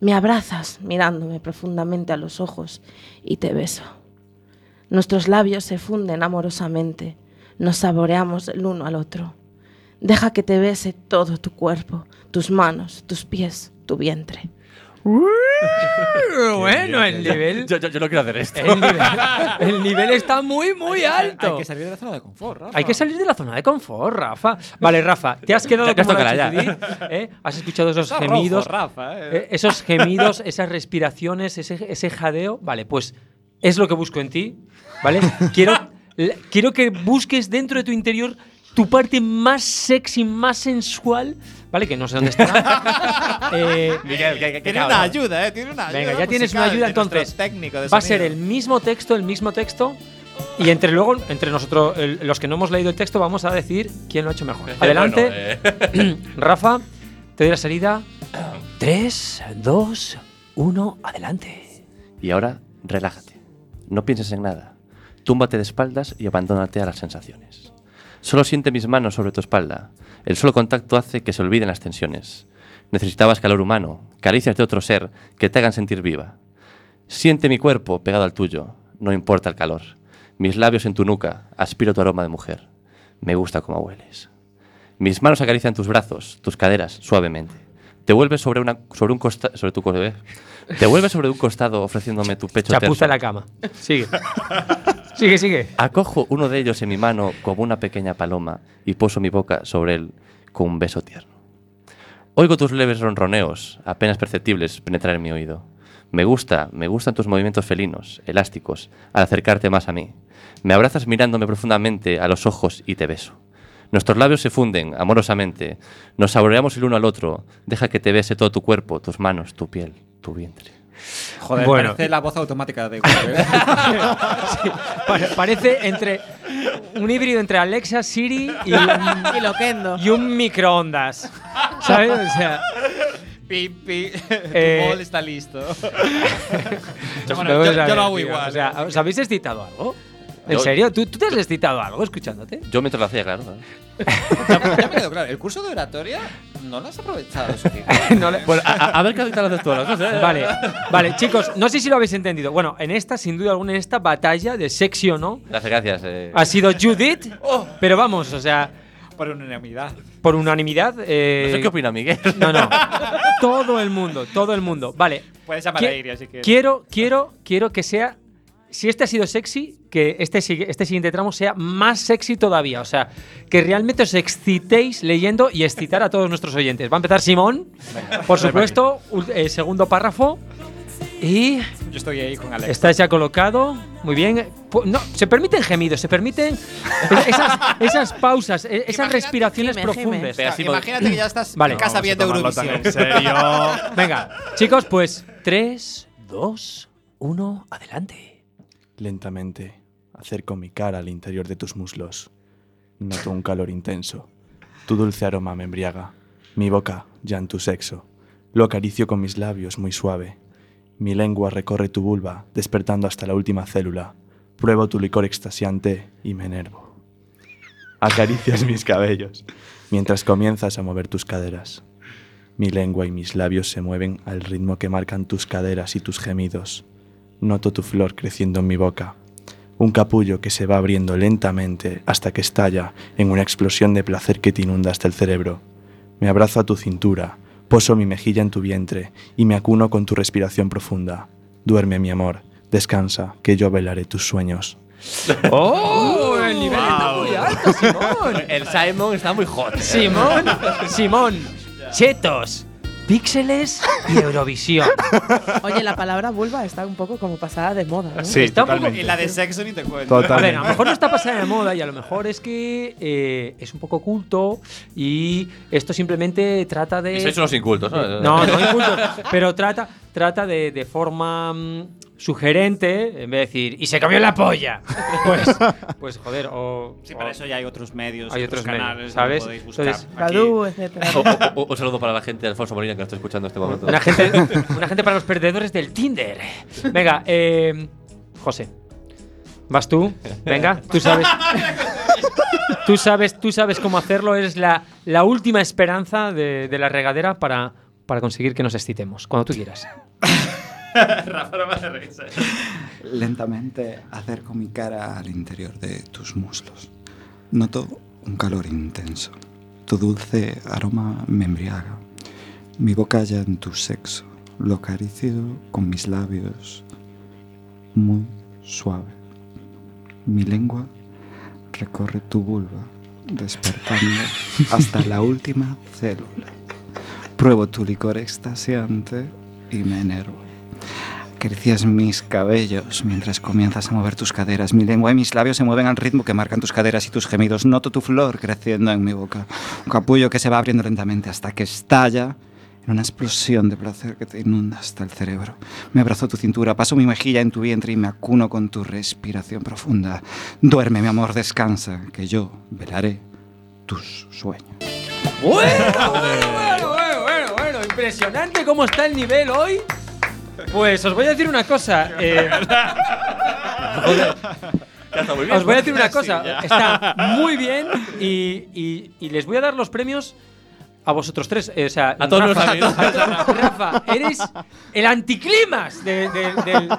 S5: Me abrazas mirándome profundamente a los ojos y te beso. Nuestros labios se funden amorosamente, nos saboreamos el uno al otro. Deja que te bese todo tu cuerpo, tus manos, tus pies, tu vientre.
S4: bueno, el nivel,
S2: Yo, yo- yo no quiero hacer esto.
S4: el nivel. el nivel está muy, muy
S3: Hay
S4: alto.
S3: que salir de la zona de confort, Rafa.
S4: Hay que salir de la zona de confort, Rafa. Vale, Rafa, te has quedado
S2: Ya- ya
S4: como
S2: tocará,
S4: la
S2: ya.
S4: chiquití, ¿eh? Has escuchado esos
S3: Está rojo,
S4: gemidos,
S3: Rafa, eh.
S4: eh, esos gemidos, esas respiraciones, ese, ese jadeo. Vale, pues es lo que busco en ti, ¿vale? Quiero, l- quiero que busques dentro de tu interior tu parte más sexy, más sensual, ¿vale? Que no sé dónde está. Eh,
S2: Miguel, que- que- que
S3: Tiene una
S2: cabrón.
S3: ayuda, eh. Tiene una ayuda.
S4: Venga, ya tienes una
S3: musical
S4: ayuda
S3: de nuestro
S4: entonces.
S3: Técnico de
S4: Va a ser
S3: sonido.
S4: el mismo texto, el mismo texto. Y entre luego, entre nosotros, el- los que no hemos leído el texto, vamos a decir quién lo ha hecho mejor. Adelante,
S2: Bueno, eh,
S4: Rafa, te doy la salida. 3, 2, 1, adelante.
S2: Y ahora, relájate. No pienses en nada. Túmbate de espaldas y abandónate a las sensaciones. Solo siente mis manos sobre tu espalda. El solo contacto hace que se olviden las tensiones. Necesitabas calor humano, caricias de otro ser que te hagan sentir viva. Siente mi cuerpo pegado al tuyo, no importa el calor. Mis labios en tu nuca, aspiro tu aroma de mujer. Me gusta cómo hueles. Mis manos acarician tus brazos, tus caderas, suavemente. Te vuelves sobre, una, sobre, un costa- sobre tu costado. ¿eh? Te vuelves sobre un costado ofreciéndome tu pecho
S4: Chapuza
S2: terso.
S4: en la cama. Sigue. sigue, sigue.
S2: Acojo uno de ellos en mi mano como una pequeña paloma y poso mi boca sobre él con un beso tierno. Oigo tus leves ronroneos, apenas perceptibles, penetrar en mi oído. Me gusta, me gustan tus movimientos felinos, elásticos, al acercarte más a mí. Me abrazas mirándome profundamente a los ojos y te beso. Nuestros labios se funden amorosamente, nos saboreamos el uno al otro, deja que te bese todo tu cuerpo, tus manos, tu piel, tu vientre.
S3: Joder,
S4: Bueno.
S3: parece la voz automática de Google. ¿eh?
S4: Pa- parece entre un híbrido entre Alexa, Siri y un,
S5: Y loquendo.
S4: y un microondas. ¿Sabes? O sea,
S3: Pim, pim.
S4: Eh,
S3: tu bol está listo. yo,
S4: vamos
S3: yo-
S4: a
S3: yo
S4: ver,
S3: lo hago
S4: tío.
S3: igual. ¿eh?
S4: O sea, ¿os habéis excitado algo? ¿En
S2: Yo-
S4: serio? ¿Tú, tú te has excitado algo escuchándote?
S2: Yo mientras lo hacía, claro. ¿eh?
S3: ya, ya me quedó claro. El curso de oratoria no lo has aprovechado, Suki.
S4: No le-
S2: Bueno, a, a- a ver qué tal haces tú ahora, no sé.
S4: Vale, vale, chicos, no sé si lo habéis entendido. Bueno, en esta, sin duda alguna, en esta batalla de sexy o no,
S2: Gracias, gracias. eh.
S4: ha sido Judith,
S3: Oh.
S4: pero vamos, o sea,
S3: Por unanimidad.
S4: por unanimidad. eh,
S2: No sé qué opina Miguel.
S4: No, no. Todo el mundo, todo el mundo. Vale.
S3: Puedes llamar
S4: Qui-
S3: a Iria si quieres.
S4: Quiero, quiero, quiero que sea. Si este ha sido sexy, que este, sigue- este siguiente tramo sea más sexy todavía. O sea, que realmente os excitéis leyendo y excitar a todos nuestros oyentes. Va a empezar Simón, por supuesto, ul- eh, segundo párrafo. Y
S3: Yo estoy ahí con Alex.
S4: Está ya colocado. Muy bien. Pu- No, se permiten gemidos, se permiten esas, esas pausas, e- esas
S3: Imagínate-
S4: respiraciones
S5: Gime, gime.
S4: profundas.
S3: O sea,
S2: Así mo-
S3: imagínate que ya estás
S4: Vale.
S3: en casa
S6: Vamos a
S3: viendo
S6: tomarlo tan
S3: Eurovisión.
S6: en serio.
S4: Venga, chicos, pues 3, 2, 1, adelante.
S6: Lentamente acerco mi cara al interior de tus muslos. Noto un calor intenso. Tu dulce aroma me embriaga. Mi boca ya en tu sexo. Lo acaricio con mis labios muy suave. Mi lengua recorre tu vulva, despertando hasta la última célula. Pruebo tu licor extasiante y me enervo. Acaricias mis cabellos mientras comienzas a mover tus caderas. Mi lengua y mis labios se mueven al ritmo que marcan tus caderas y tus gemidos. Noto tu flor creciendo en mi boca. Un capullo que se va abriendo lentamente hasta que estalla en una explosión de placer que te inunda hasta el cerebro. Me abrazo a tu cintura, poso mi mejilla en tu vientre y me acuno con tu respiración profunda. Duerme, mi amor, descansa, que yo velaré tus sueños.
S4: ¡Oh! El nivel está muy alto, Simón.
S2: El Simon está muy hot.
S4: Simón, Simón, chetos, píxeles y Eurovisión.
S5: Oye, la palabra vulva está un poco como pasada de moda, ¿no?
S4: Está un poco-
S3: Y la de sexo ni te cuento.
S4: A ver,
S6: Totalmente.
S4: a lo mejor no está pasada de moda y a lo mejor es que eh, es un poco oculto y esto simplemente trata de.
S2: Y sois unos incultos, ¿no?
S4: No, no hay culto, pero trata. trata de, de forma mm, sugerente, en vez de decir, y se cambió la polla. Pues, pues joder, o.
S3: Sí,
S4: o-
S3: para eso ya hay otros medios,
S4: Hay
S3: otros
S4: otros medios,
S3: canales, donde
S4: ¿sabes?
S3: podéis buscar.
S4: Entonces,
S3: Aquí-
S5: Cadu, etcétera.
S2: O- o- o- un saludo para la gente de Alfonso Molina que nos está escuchando en este momento.
S4: Una gente, una gente para los perdedores del Tinder. Venga, eh, José. ¿Vas tú? Venga, tú sabes. Tú sabes, tú sabes cómo hacerlo. Eres la, la última esperanza de, de la regadera para, para conseguir que nos excitemos. Cuando tú quieras.
S10: Lentamente acerco mi cara al interior de tus muslos. Noto un calor intenso. Tu dulce aroma me embriaga. Mi boca ya en tu sexo. Lo acaricio con mis labios muy suave. Mi lengua recorre tu vulva, despertando hasta la última célula. Pruebo tu licor extasiante y me enervo. Acaricias mis cabellos mientras comienzas a mover tus caderas. Mi lengua y mis labios se mueven al ritmo que marcan tus caderas y tus gemidos. Noto tu flor creciendo en mi boca. Un capullo que se va abriendo lentamente hasta que estalla en una explosión de placer que te inunda hasta el cerebro. Me abrazo tu cintura, paso mi mejilla en tu vientre y me acuno con tu respiración profunda. Duerme, mi amor, descansa, que yo velaré tus sueños.
S4: Bueno, bueno, bueno, bueno, bueno, bueno, impresionante cómo está el nivel hoy. Pues os voy a decir una cosa. eh, os voy a decir una cosa. Está muy bien y, y- y les voy a dar los premios a vosotros tres. eh, o sea,
S2: A todos los
S4: Rafa,
S2: amigos.
S4: Rafa, eres el anticlimax de- de- del,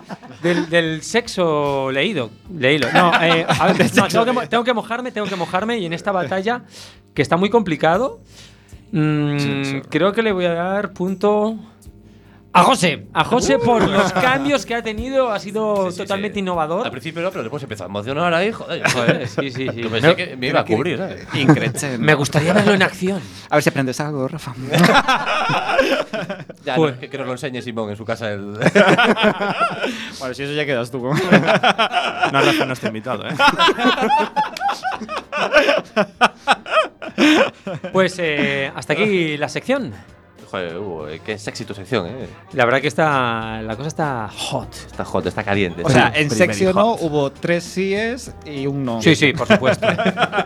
S4: del- del sexo leído. Leído. No, eh, a ver, no, tengo, que, mo- tengo que mojarme, tengo que mojarme y en esta batalla que está muy complicado. Mm, creo que le voy a dar punto a José. A José por los cambios que ha tenido. Ha sido
S2: Sí, sí,
S4: totalmente
S2: sí.
S4: innovador.
S2: Al principio no, pero después empezó a emocionar ahí, joder.
S4: Joder, sí, sí, sí.
S2: Yo pensé
S4: Me-
S2: que me iba a cubrir, ¿eh? ¿sabes?
S4: Me gustaría verlo en acción.
S10: A ver si aprendes algo, Rafa.
S2: Ya,
S4: Joder.
S2: no, que, que nos lo enseñe Simón en su casa. El...
S3: Bueno, si eso ya quedas tú.
S6: No, Rafa no está invitado, ¿eh?
S4: Pues eh, hasta aquí la sección.
S2: Joder, Hugo, eh, qué sexy tu sección, ¿eh?
S4: La verdad que está, la cosa está hot.
S2: Está hot, está caliente.
S3: O sea,
S2: Sí.
S3: en sexo no hubo tres síes y un no.
S4: Sí, sí, por supuesto.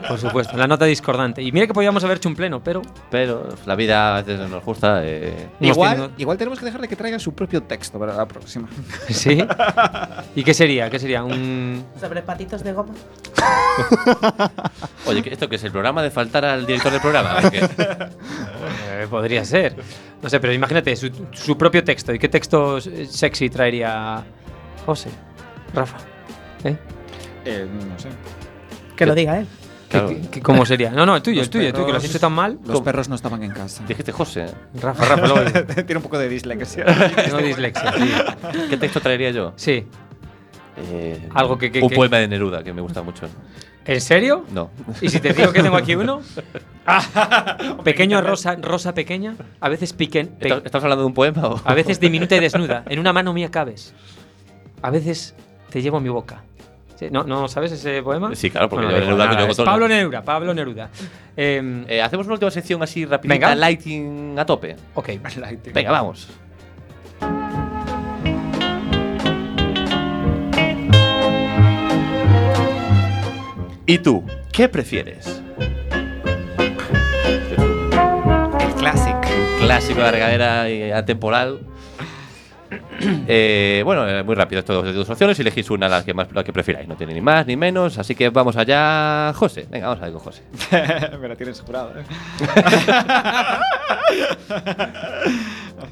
S4: por supuesto, la nota discordante. Y mira que podíamos haber hecho un pleno, pero
S2: pero la vida a veces no nos gusta. eh.
S3: Igual,
S4: Hemos
S3: igual tenemos que dejarle que traiga su propio texto para la próxima.
S4: sí. ¿Y qué sería? ¿Qué sería? Un
S5: Sobre patitos de goma.
S2: Oye, ¿qué- ¿esto qué es el programa de faltar al director del programa? ¿O qué?
S4: eh, podría ser. No sé, pero imagínate su, su propio texto. ¿Y qué texto eh, sexy traería José? Rafa. ¿Eh?
S3: Eh, no sé.
S5: Que lo diga él.
S4: ¿Qué-
S2: Claro.
S4: qué- qué- ¿Cómo sería? No, no, el tuyo,
S3: Los
S4: el tuyo, tú que lo has
S3: perros-
S4: hecho tan mal.
S10: Los perros no estaban en casa.
S2: Dijiste José. ¿eh?
S4: Rafa, Rafa, luego-
S3: Tiene un poco de dislexia.
S4: Tengo dislexia. tío.
S2: ¿Qué texto traería yo?
S4: Sí.
S2: Eh,
S4: Algo que- que-
S2: un
S4: que-
S2: poema de Neruda que me gusta mucho.
S4: ¿En serio?
S2: No.
S4: ¿Y si te digo que tengo aquí uno? Pequeño rosa, rosa pequeña, a veces piquen, pe-
S2: ¿Estamos estamos hablando de un poema o.?
S4: a veces diminuta y desnuda. En una mano mía cabes. A veces te llevo a mi boca. Sí, ¿No, no sabes ese poema?
S2: Sí, claro, porque yo
S4: Bueno, da igual,
S2: Neruda
S4: nada,
S2: conozco
S4: es
S2: todo,
S4: Pablo
S2: ¿no?
S4: Neruda, Pablo Neruda. Eh,
S2: Eh, hacemos una última sección así rapidita,
S4: Venga.
S2: lighting a tope.
S4: ok.
S2: Venga, vamos. ¿Y tú? ¿Qué prefieres?
S10: El classic.
S2: Clásico de la regadera y atemporal. Eh, bueno, eh, muy rápido, esto de dos opciones. Elegís una, la que, más, la que prefiráis. No tiene ni más ni menos, así que vamos allá, José. Venga, vamos a ver con José.
S3: Me la tienes jurado, ¿eh?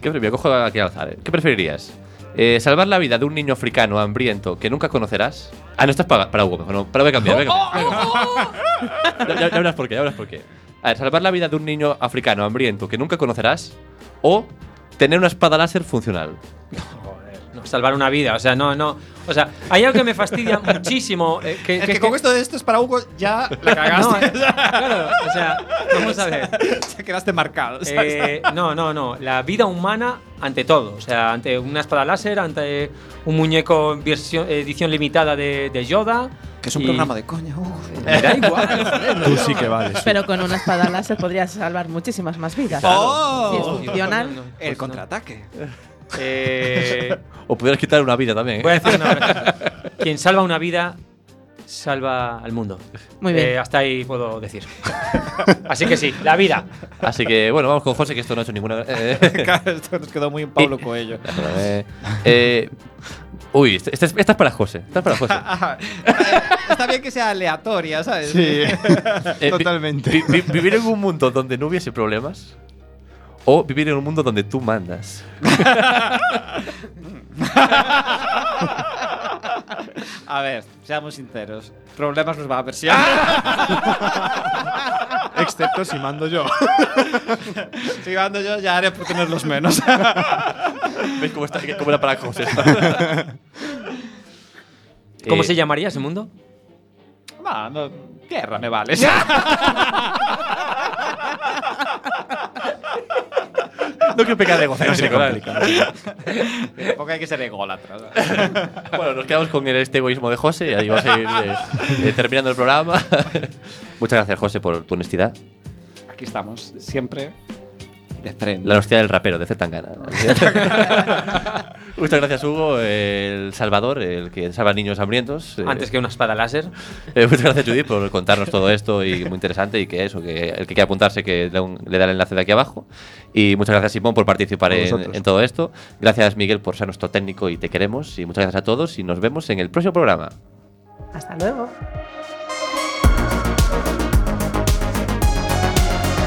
S2: ¿Qué prefiero? Cojo aquí al azar. eh. ¿Qué preferirías? Eh, ¿Salvar la vida de un niño africano hambriento que nunca conocerás? Ah, no, estás para, para Hugo, mejor no. Pero voy a cambiar, venga. Ya, ya- ya verás por qué, ya verás por qué. A ver, ¿salvar la vida de un niño africano hambriento que nunca conocerás? ¿O tener una espada láser funcional?
S4: No, salvar una vida, o sea, no, no. O sea, hay algo que me fastidia muchísimo. eh, que,
S3: Es
S4: que
S3: que
S4: es
S3: con
S4: que-
S3: esto de esto es para Hugo ya la
S4: No, eh,
S3: cagaste.
S4: claro, o sea, vamos a ver.
S3: Te quedaste marcado. ¿sabes?
S4: Eh, no, no, no. La vida humana ante todo. O sea, ante una espada láser, ante un muñeco en versión- edición limitada de, de Yoda.
S10: Que es un
S4: y-
S10: programa de coña. uh.
S4: Me da igual. joder,
S6: Tú sí que vales.
S5: Pero con una espada láser podrías salvar muchísimas más vidas.
S3: Oh.
S5: Si es funcional.
S4: no, no, no.
S10: El contraataque.
S4: Eh,
S2: O pudieras quitar una vida también. ¿eh?
S4: voy a decir una frase. Quien salva una vida, salva al mundo.
S5: Muy bien.
S4: Eh, hasta ahí puedo decir. Así que sí, la vida.
S2: Así que bueno, vamos con José, que esto no ha hecho ninguna. eh,
S3: Claro, esto nos quedó muy en Pablo Coello.
S2: eh, eh, uy, este- este es- esta, es para José. Esta es para José.
S3: Está bien que sea aleatoria, ¿sabes?
S2: Eh, vi-
S6: totalmente.
S2: vi- vi- vivir en un mundo donde no hubiese problemas. O vivir en un mundo donde tú mandas.
S3: A ver, seamos sinceros. Problemas nos va a haber siempre.
S6: Excepto si mando yo.
S3: Si mando yo, ya haré por tener los menos.
S2: ¿Ves cómo, está, cómo era para José?
S4: ¿Cómo
S2: Eh,
S4: se llamaría ese mundo?
S3: Va, no, guerra me vale.
S2: No quiero pecar de gozo.
S3: Tampoco hay que ser ególatra. ¿sabes?
S2: Bueno, nos quedamos con el- este egoísmo de José y ahí vamos a ir eh, eh, terminando el programa. Muchas gracias, José, por tu honestidad.
S3: Aquí estamos, siempre de frente.
S2: La honestidad del rapero, de Zetangana. Muchas gracias, Hugo, el salvador, el que salva niños hambrientos. Eh,
S4: Antes que una espada láser.
S2: eh, muchas gracias, Judith, por contarnos todo esto y muy interesante. Y que eso, que el que quiera apuntarse, que le, un- le da el enlace de aquí abajo. Y muchas gracias, Simón, por participar
S6: A
S2: en,
S6: vosotros.
S2: en todo esto. Gracias, Miguel, por ser nuestro técnico y te queremos. Y muchas gracias a todos. Y nos vemos en el próximo programa.
S5: Hasta luego.